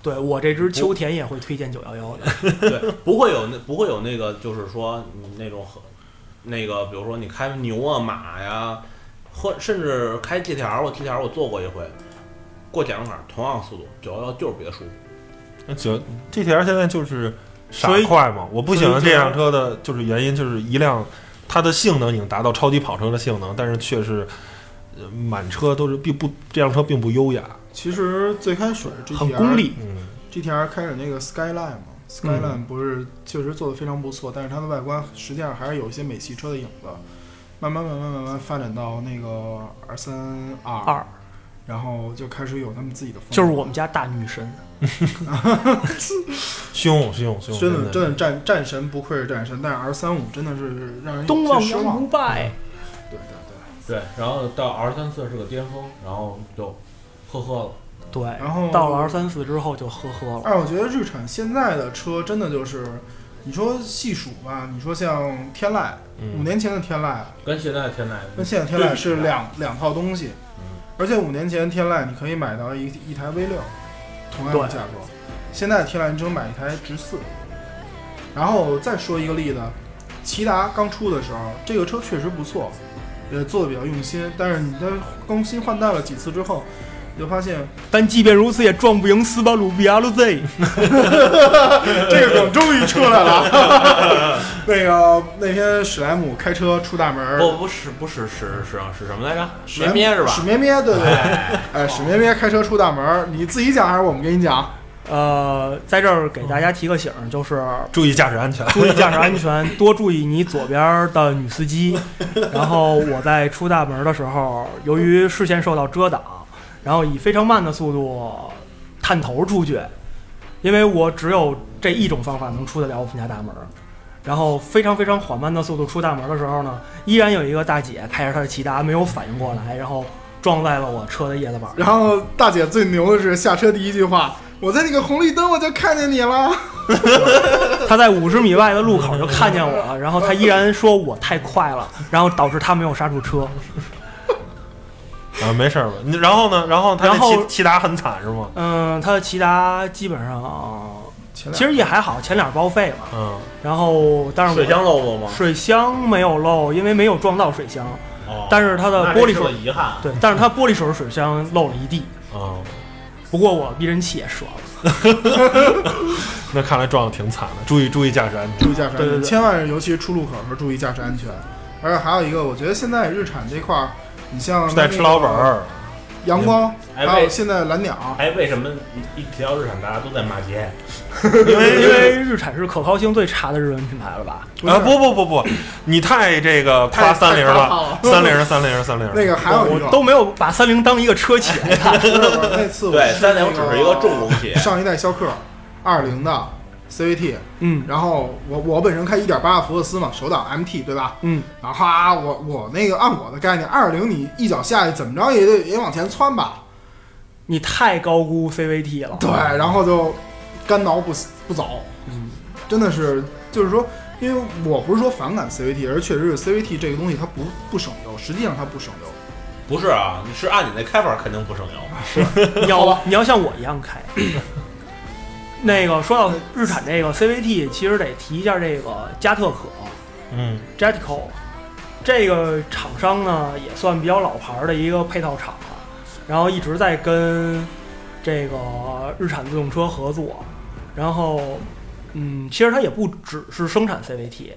Speaker 6: 对我这只秋田也会推荐911的，
Speaker 4: 对，不会有那不会有那个就是说你那种很那个，比如说你开牛啊马呀、或甚至开 G 条，我 G 条我坐过一回，过检查坎儿同样速度，九幺幺就是比它舒服。
Speaker 3: 就 GTR 现在就是傻
Speaker 6: 所以
Speaker 3: 快嘛。我不喜欢
Speaker 6: 所
Speaker 3: 这
Speaker 6: 以就
Speaker 3: 辆车的就是原因就是一辆它的性能已经达到超级跑车的性能，但是却是呃满车都是并不这辆车并不优雅。
Speaker 5: 其实最开始 GTR
Speaker 6: 很功利。嗯
Speaker 3: 嗯，
Speaker 5: GTR 开始那个 Skyline 嘛，Skyline 不是确实做的非常不错，但是它的外观实际上还是有一些美系车的影子。慢慢慢慢慢慢发展到那个 R 三 R，
Speaker 6: 二
Speaker 5: 然后就开始有他们自己的风格。
Speaker 6: 就是我们家大女
Speaker 5: 嗯
Speaker 6: 神，
Speaker 3: 凶凶凶，
Speaker 5: 真的
Speaker 3: 真
Speaker 5: 真的战战神不愧是战神，但是 R 三五真的是让人有
Speaker 6: 东
Speaker 5: 些
Speaker 6: 望
Speaker 5: 失
Speaker 6: 洋
Speaker 5: 望
Speaker 6: 不。败。
Speaker 5: 嗯对对对。
Speaker 4: 对，然后到 R 三四是个巅峰，然后就呵呵了。
Speaker 6: 对，
Speaker 5: 然后
Speaker 6: 到了 R 三四之后就呵呵了。
Speaker 5: 哎，我觉得日产现在的车真的就是，你说细数吧，你说像天籁，
Speaker 3: 嗯
Speaker 5: 五年前的天籁
Speaker 4: 跟现在天籁，
Speaker 5: 跟现在天籁是两两套东西，
Speaker 6: 嗯
Speaker 5: 而且五年前天籁你可以买到一一台 V 六，同样的
Speaker 6: 对
Speaker 5: 价格，现在天籁你只能买一台直四。然后再说一个例子，骐达刚出的时候，这个车确实不错，也做的比较用心，但是你在更新换代了几次之后，你就发现
Speaker 6: 但即便如此，也撞不赢斯巴鲁 BRZ。
Speaker 5: 这个梗终于出来了。 那个那天史莱姆开车出大门儿，
Speaker 4: 不不是不是是是是什么来着？
Speaker 5: 史
Speaker 4: 咩
Speaker 5: 莱姆
Speaker 4: 咩是吧
Speaker 5: 史？咩咩，对对 对，哎，史咩咩开车出大门儿，你自己讲还是我们给你讲？
Speaker 6: 呃，在这儿给大家提个醒儿，就是
Speaker 3: 注意驾驶安全。
Speaker 6: 注意驾驶安全，多注意你左边的女司机。然后我在出大门的时候，由于视线受到遮挡，然后以非常慢的速度探头出去，因为我只有这一种方法能出得了我们家大门。然后非常非常缓慢的速度出大门的时候呢，依然有一个大姐开着她的骐达没有反应过来，然后撞在了我车的叶子板上。
Speaker 5: 然后大姐最牛的是下车第一句话：“我在那个红绿灯我就看见你了。
Speaker 6: 他在五十米外的路口就看见我了，然后他依然说我太快了，然后导致他没有刹住车。
Speaker 3: 啊，没事儿吧？你然后呢？然后他
Speaker 6: 然后
Speaker 3: 那骐骐达很惨是吗？
Speaker 6: 嗯，他的骐达基本上”
Speaker 5: 前
Speaker 6: 其
Speaker 5: 两
Speaker 6: 实也还好，前脸报废嘛。
Speaker 3: 嗯，
Speaker 6: 然后但是我
Speaker 4: 水箱漏过吗？
Speaker 6: 水箱没有漏，因为没有撞到水箱。
Speaker 4: 哦
Speaker 6: 但是它的
Speaker 4: 那
Speaker 6: 玻璃
Speaker 4: 这是
Speaker 6: 水
Speaker 4: 个遗憾。
Speaker 6: 对，但是他玻璃手水箱漏了一地。
Speaker 3: 哦，
Speaker 6: 不过我避震器也折了。
Speaker 3: 那看来撞的挺惨的，注意注意驾驶安全。
Speaker 5: 注意驾驶安
Speaker 6: 对对
Speaker 5: 全，
Speaker 6: 对
Speaker 5: 千万尤其是出路口的时候注意驾驶安全。而且还有一个，我觉得现在日产这块儿，你像
Speaker 3: 在吃老本
Speaker 5: 那个
Speaker 3: 儿，
Speaker 5: 阳光，
Speaker 4: 哎
Speaker 5: 还有
Speaker 4: 喂
Speaker 5: 现在蓝鸟，
Speaker 4: 哎，为什么一一提到日产，大家都在骂街？
Speaker 3: 因为
Speaker 6: 因为日产是可靠性最差的日本品牌了吧？
Speaker 5: 不是
Speaker 3: 啊不不不不，你太这个夸
Speaker 5: 太
Speaker 3: 三菱
Speaker 5: 太夸
Speaker 3: 了
Speaker 5: 他，了
Speaker 3: 三菱三菱三菱。
Speaker 5: 那个还有一
Speaker 6: 我
Speaker 5: 个
Speaker 6: 都没有把三菱当一个车企来看。
Speaker 5: 那次我
Speaker 4: 对
Speaker 5: 是
Speaker 4: 三
Speaker 5: 那
Speaker 4: 菱只是一个重工企业
Speaker 5: 上一代逍客，二零的 CVT，
Speaker 6: 嗯
Speaker 5: 然后我我本身开一点八的福克斯嘛，手挡 MT 对吧？
Speaker 6: 嗯，
Speaker 5: 然后哈，我我那个按我的概念，二零你一脚下去怎么着也得也往前窜吧，
Speaker 6: 你太高估 CVT 了。
Speaker 5: 对，然后就干挠不不走，
Speaker 6: 嗯，
Speaker 5: 真的是就是说。因为我不是说反感 CVT，而确实是 CVT 这个东西它不不省油，实际上它不省油。
Speaker 4: 不是啊，你是按你那开法肯定不省油。
Speaker 6: 你要你要像我一样开。那个说到日产这个 CVT，其实得提一下这个加特可，
Speaker 3: 嗯
Speaker 6: Jetco，这个厂商呢也算比较老牌儿的一个配套厂了，然后一直在跟这个日产自动车合作，然后嗯，其实它也不只是生产 CVT，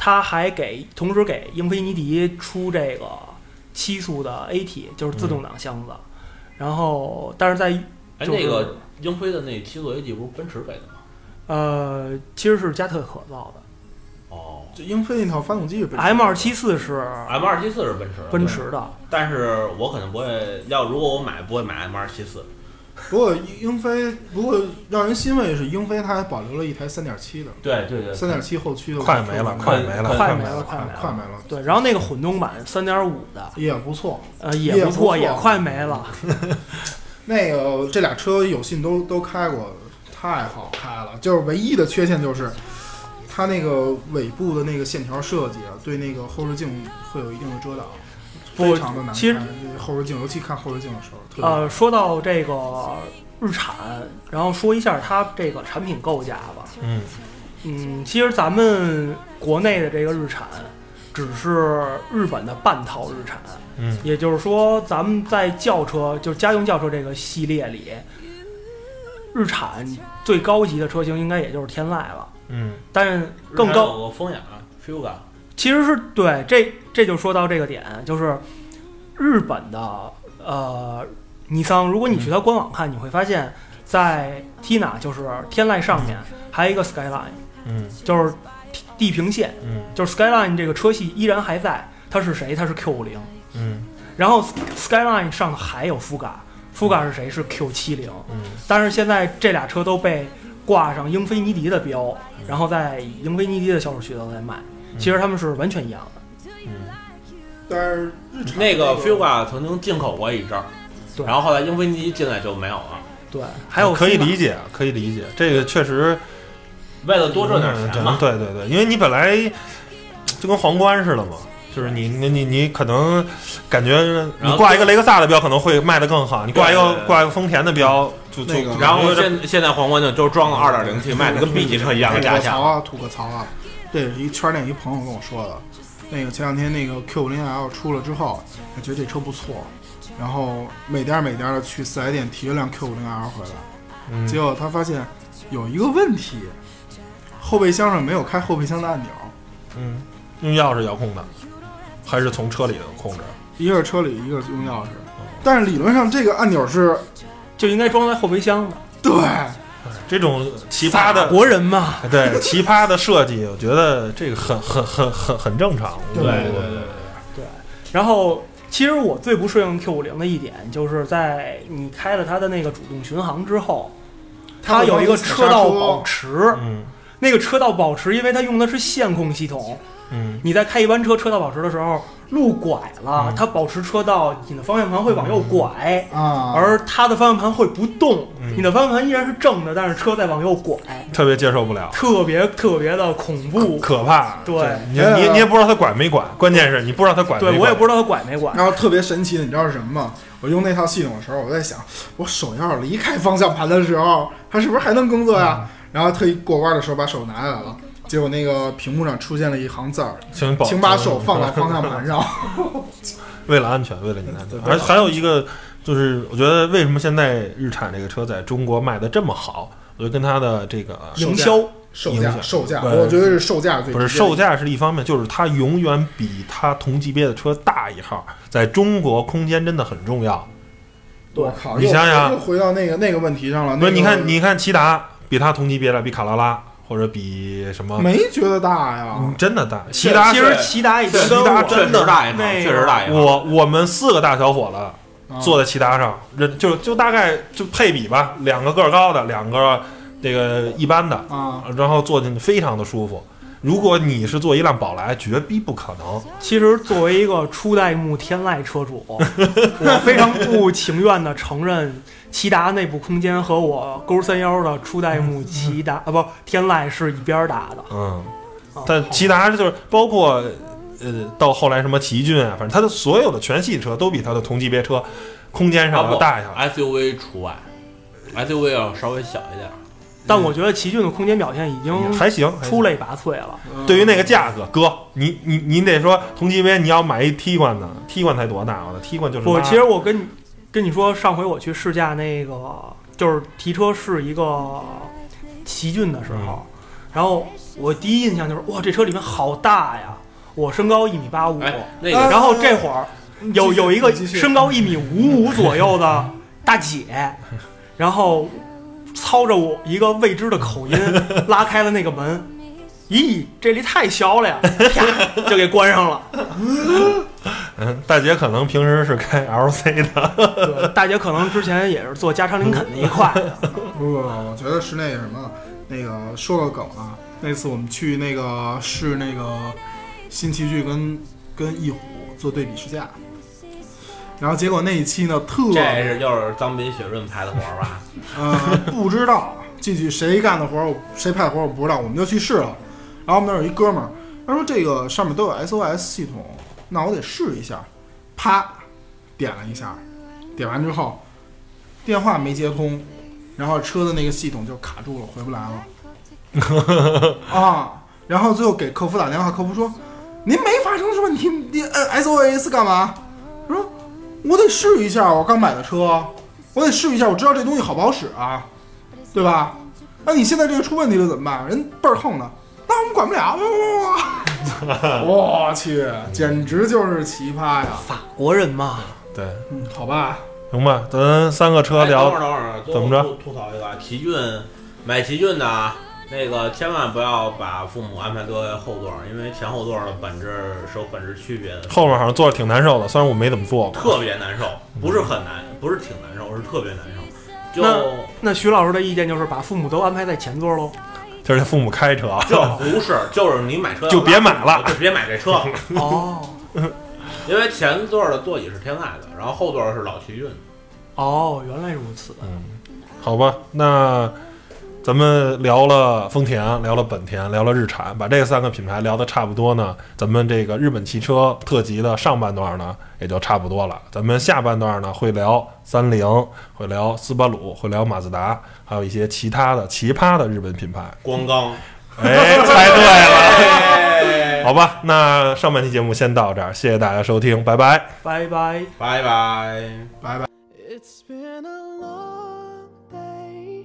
Speaker 6: 它还给同时给英菲尼迪出这个七速的 AT，就是自动挡箱子，然后但是在
Speaker 4: 哎，
Speaker 6: 就是
Speaker 4: 那个英菲的那七座 AT 不是奔驰给的吗？
Speaker 6: 呃其实是加特可造的。
Speaker 4: 哦
Speaker 5: 这英菲那套发动机是奔驰
Speaker 6: M 二七四是
Speaker 4: ，M 二七四是奔驰的，
Speaker 6: 奔
Speaker 4: 对。
Speaker 6: 驰的，
Speaker 4: 但是我可能不会，要如果我买，不会买 M 二七四。
Speaker 5: 不过英菲，不过让人欣慰的是，英菲它还保留了一台三点七的，
Speaker 4: 对对对，
Speaker 5: 三点七后驱的
Speaker 3: 快没了，快没了，
Speaker 6: 快
Speaker 3: 没
Speaker 6: 没了，快
Speaker 5: 快
Speaker 6: 没
Speaker 5: 快没了，
Speaker 6: 对，然后那个混动版三点五的，
Speaker 5: 也不错。
Speaker 6: 呃，
Speaker 5: 也
Speaker 6: 也不
Speaker 5: 不错
Speaker 6: 错，也快没了。
Speaker 5: 那个这俩车有幸都都开过，太好开了。就是唯一的缺陷就是，它那个尾部的那个线条设计啊，对那个后视镜会有一定的遮挡，
Speaker 6: 不
Speaker 5: 非常的难看。
Speaker 6: 其实
Speaker 5: 这后视镜，尤其看后视镜的时候，特别、
Speaker 6: 呃，说到这个日产，然后说一下它这个产品构架吧。
Speaker 3: 嗯
Speaker 6: 嗯，其实咱们国内的这个日产，只是日本的半套日产，
Speaker 3: 嗯
Speaker 6: 也就是说，咱们在轿车，就是家用轿车这个系列里，日产最高级的车型应该也就是天籁了，
Speaker 3: 嗯
Speaker 6: 但是更
Speaker 4: 日产
Speaker 6: 高
Speaker 4: 有个风雅 Fuga，
Speaker 6: 其实是对，这这就说到这个点，就是日本的呃，尼桑，如果
Speaker 4: 嗯
Speaker 6: 你去它官网看，你会发现在 Tina 就是天籁上面还有一个 Skyline，
Speaker 3: 嗯
Speaker 6: 就是地地平线，
Speaker 3: 嗯
Speaker 6: 就是 Skyline 这个车系依然还在，它是谁？它是 Q 5 0
Speaker 3: 嗯
Speaker 6: 然后 Skyline 上还有 Fuga，Fuga 是谁？是 Q 7 0
Speaker 3: 嗯
Speaker 6: 但是现在这俩车都被挂上英菲尼迪的标，
Speaker 3: 嗯
Speaker 6: 然后在以英菲尼迪的销售渠道在卖，其实他们是完全一样的。呃
Speaker 5: 但是日产
Speaker 4: 那个
Speaker 5: 这
Speaker 4: Fuga 曾经进口过一阵儿，
Speaker 6: 对
Speaker 4: 然后后来英菲尼迪进来就没有了。
Speaker 6: 对，还有
Speaker 3: 可以
Speaker 6: 飞马
Speaker 3: 理解，可以理解，这个确实
Speaker 4: 为了多挣点钱嘛，
Speaker 3: 对对对，因为你本来就跟皇冠似的嘛，就是你你你你可能感觉
Speaker 4: 然
Speaker 3: 你
Speaker 4: 后
Speaker 3: 挂一个雷克萨的标可能会卖得更好，你挂一
Speaker 4: 对对
Speaker 3: 个
Speaker 4: 对
Speaker 3: 挂一个丰田的标就就
Speaker 5: 那个
Speaker 3: 就
Speaker 4: 然
Speaker 3: 有
Speaker 4: 后
Speaker 3: 点
Speaker 4: 现现在皇冠就都装了二点零 T，卖的跟 B 级车一样的
Speaker 5: 吐
Speaker 4: 价
Speaker 5: 个槽
Speaker 4: 钱。
Speaker 5: 啊，吐个槽啊！这是一圈内一朋友跟我说的。那个前两天那个 Q 5 0 L 出了之后，他觉得这车不错，然后每家每家的去四 S 店提了辆 Q 5 0 L 回来，
Speaker 3: 嗯
Speaker 5: 结果他发现有一个问题，后备箱上没有开后备箱的按钮，
Speaker 3: 嗯用钥匙遥控的，还是从车里头控制？
Speaker 5: 一个是车里，一个是用钥匙。
Speaker 3: 哦
Speaker 5: 但是理论上这个按钮是
Speaker 6: 就应该装在后备箱的。
Speaker 5: 对，
Speaker 3: 这种奇葩
Speaker 6: 法
Speaker 3: 的
Speaker 6: 国人嘛，
Speaker 3: 对奇葩的设计， 我觉得这个很很很很很正常。
Speaker 5: 对
Speaker 4: 对对对，
Speaker 6: 然后其实我最不适应 Q 5 0的一点，就是在你开了它的那个主动巡航之后，它有一个车道保持，
Speaker 3: 嗯
Speaker 6: 那个车道保持，因为它用的是线控系统，
Speaker 3: 嗯
Speaker 6: 你在开一班车车道保持的时候，路拐了，
Speaker 3: 嗯
Speaker 6: 它保持车道，你的方向盘会往右拐。
Speaker 5: 啊，
Speaker 6: 而它的方向盘会不动，
Speaker 3: 嗯
Speaker 6: 你的方向盘依然是正的，但是车在往右拐，
Speaker 3: 特别接受不了。
Speaker 6: 特别特别的恐怖。
Speaker 3: 可怕，
Speaker 6: 对
Speaker 3: 你你你也不知道他管没管，关键是你不知道他管没
Speaker 6: 对
Speaker 3: 管。
Speaker 6: 我也不知道它拐没拐，
Speaker 5: 然后特别神奇的，你知道是什么吗？我用那套系统的时候，我在想，我手要离开方向盘的时候，它是不是还能工作呀？
Speaker 3: 嗯
Speaker 5: 然后特意过弯的时候把手拿下来了，结果那个屏幕上出现了一行字儿
Speaker 3: 请保，：“
Speaker 5: 请把手放到方向 盘上。
Speaker 3: 为了安全，为了你的安全
Speaker 5: 对。对
Speaker 3: 而还有一个就是，我觉得为什么现在日产这个车在中国卖的这么好，我觉得跟它的这个
Speaker 5: 售价
Speaker 6: 营销”
Speaker 5: 售
Speaker 3: 影
Speaker 5: 价，
Speaker 3: 响
Speaker 5: 售价，
Speaker 3: 对
Speaker 5: 我觉得是售价最
Speaker 3: 不是
Speaker 5: 直接的
Speaker 3: 售价是一方面，就是它永远比它同级别的车大一号，在中国空间真的很重要。
Speaker 5: 我靠！
Speaker 3: 你
Speaker 5: 又
Speaker 3: 想想
Speaker 5: 又回到那个那个问题上了。
Speaker 3: 不
Speaker 5: 那
Speaker 3: 是，
Speaker 5: 个
Speaker 3: 你看你看骐达比它同级别的比卡罗拉或者比什么，
Speaker 5: 没觉得大呀
Speaker 3: 嗯？真的大。
Speaker 6: 其
Speaker 3: 骐达
Speaker 6: 其
Speaker 3: 是
Speaker 6: 实骐达已经跟
Speaker 3: 骐达
Speaker 6: 我
Speaker 3: 真
Speaker 4: 确实
Speaker 3: 的
Speaker 4: 大一号，
Speaker 6: 那
Speaker 4: 确
Speaker 6: 个
Speaker 4: 实大一号。
Speaker 3: 我我们四个大小伙子。
Speaker 5: 啊
Speaker 3: 坐在骐达上，人就就大概就配比吧，两个个儿高的，两个这个一般的，
Speaker 5: 啊，
Speaker 3: 然后坐进去非常的舒服。如果你是坐一辆宝来，绝逼不可能。
Speaker 6: 其实作为一个初代目天籁 车主，我非常不情愿地承认，骐达内部空间和我勾三幺的初代目骐达啊不天籁是一边儿打的。
Speaker 3: 嗯，
Speaker 6: 啊
Speaker 3: 但骐达就是包括呃到后来什么奇骏啊，反正它的所有的全系车都比它的同级别车空间上
Speaker 4: 啊
Speaker 3: 要
Speaker 4: 不
Speaker 3: 大一号。
Speaker 4: SUV 除外，SUV 要稍微小一点。
Speaker 6: 但我觉得奇骏的空间表现已经
Speaker 3: 还行，还行
Speaker 6: 出类拔萃了。
Speaker 3: 对于那个价格，哥，你你你得说同级别，你要买一 T 冠的，T 冠才多大？我的 T 冠就是
Speaker 6: 我
Speaker 3: 妈
Speaker 6: 其实我跟你跟你说，上回我去试驾那个就是提车试一个奇骏的时候，然后我第一印象就是哇，这车里面好大呀！我身高一米八五，
Speaker 7: 哎，那
Speaker 5: 啊嗯
Speaker 7: 个
Speaker 6: 然后这会儿有有一个
Speaker 5: 继续
Speaker 6: 身高一米五五左右的 大姐，然后操着我一个未知的 口音拉开了那个门，咦，这里太小了呀， 啪就给关上了。
Speaker 3: 嗯，大姐可能平时是开 LC 的，
Speaker 6: 对，大姐可能之前也是做加长林肯那一块 的，
Speaker 5: 不不，不我觉得是那个什么，那个说到梗啊，那次我们去那个试那个新奇骏跟跟翼虎做对比试驾，然后结果那一期呢特
Speaker 4: 这是又是脏笔血润派的活儿吧？
Speaker 5: 呃，不知道具体谁干的活儿，我谁派的活儿我不知道，我们就去试了。然后我们那儿有一哥们儿，他说这个上面都有 SOS 系统，那我得试一下。啪，点了一下，点完之后电话没接通，然后车的那个系统就卡住了，回不来了。啊，然后最后给客服打电话，客服说：“您没发生什么问题，你呃摁 SOS 干嘛？”他说：“我得试一下，我刚买的车，我得试一下，我知道这东西好不好使啊，对吧？那你现在这个出问题了怎么办？人倍儿横呢，那我们管不了。我去，简直就是奇葩呀！
Speaker 6: 法国人嘛，
Speaker 3: 对，
Speaker 5: 嗯，好吧，
Speaker 3: 行吧，咱三个车
Speaker 4: 哎等会
Speaker 3: 聊，
Speaker 4: 儿等会儿，
Speaker 3: 怎么着
Speaker 4: 最后吐吐槽一个啊，奇骏，买奇骏的啊，那个千万不要把父母安排坐在后座儿，因为前后座儿的本质是有本质区别的，
Speaker 3: 后面好像坐着挺难受的，虽然我没怎么坐过，
Speaker 4: 特别难受，不是很难，不是挺难受，是特别难受。就
Speaker 6: 那那徐老师的意见就是把父母都安排在前座喽。
Speaker 3: 就是父母开车，啊
Speaker 4: 这不是，就是你买车
Speaker 3: 就别买了，
Speaker 4: 就别买这车，
Speaker 6: 哦
Speaker 4: 因为前座儿的座椅是天籁的，然后后座儿是老奇骏的。
Speaker 6: 哦，原来如此。
Speaker 3: 好吧，那咱们聊了丰田，聊了本田，聊了日产，把这三个品牌聊得差不多呢，咱们这个日本汽车特辑的上半段呢也就差不多了。咱们下半段呢会聊三菱，会聊斯巴鲁，会聊马自达，还有一些其他的奇葩的日本品牌。
Speaker 4: 光刚，哎
Speaker 3: 哎，猜对了。
Speaker 4: 拜
Speaker 3: 好吧，那上半期节目先到这儿，谢谢大家收听，拜拜。
Speaker 6: 拜拜。
Speaker 4: 拜。
Speaker 5: 拜拜。
Speaker 8: It's been a long day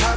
Speaker 1: How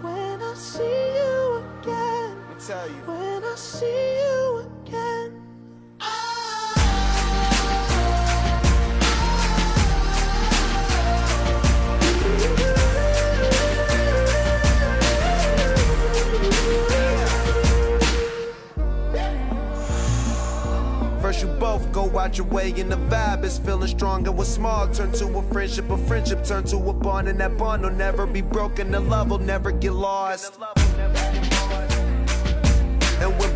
Speaker 8: when I see you again.
Speaker 1: I tell you.
Speaker 8: When I see you again.
Speaker 1: First, you both go out your way, and the vibe is feeling strong. And what's small turn to a friendship, a friendship turn to a bond, and that bond will never be broken. The love will never get lost. And when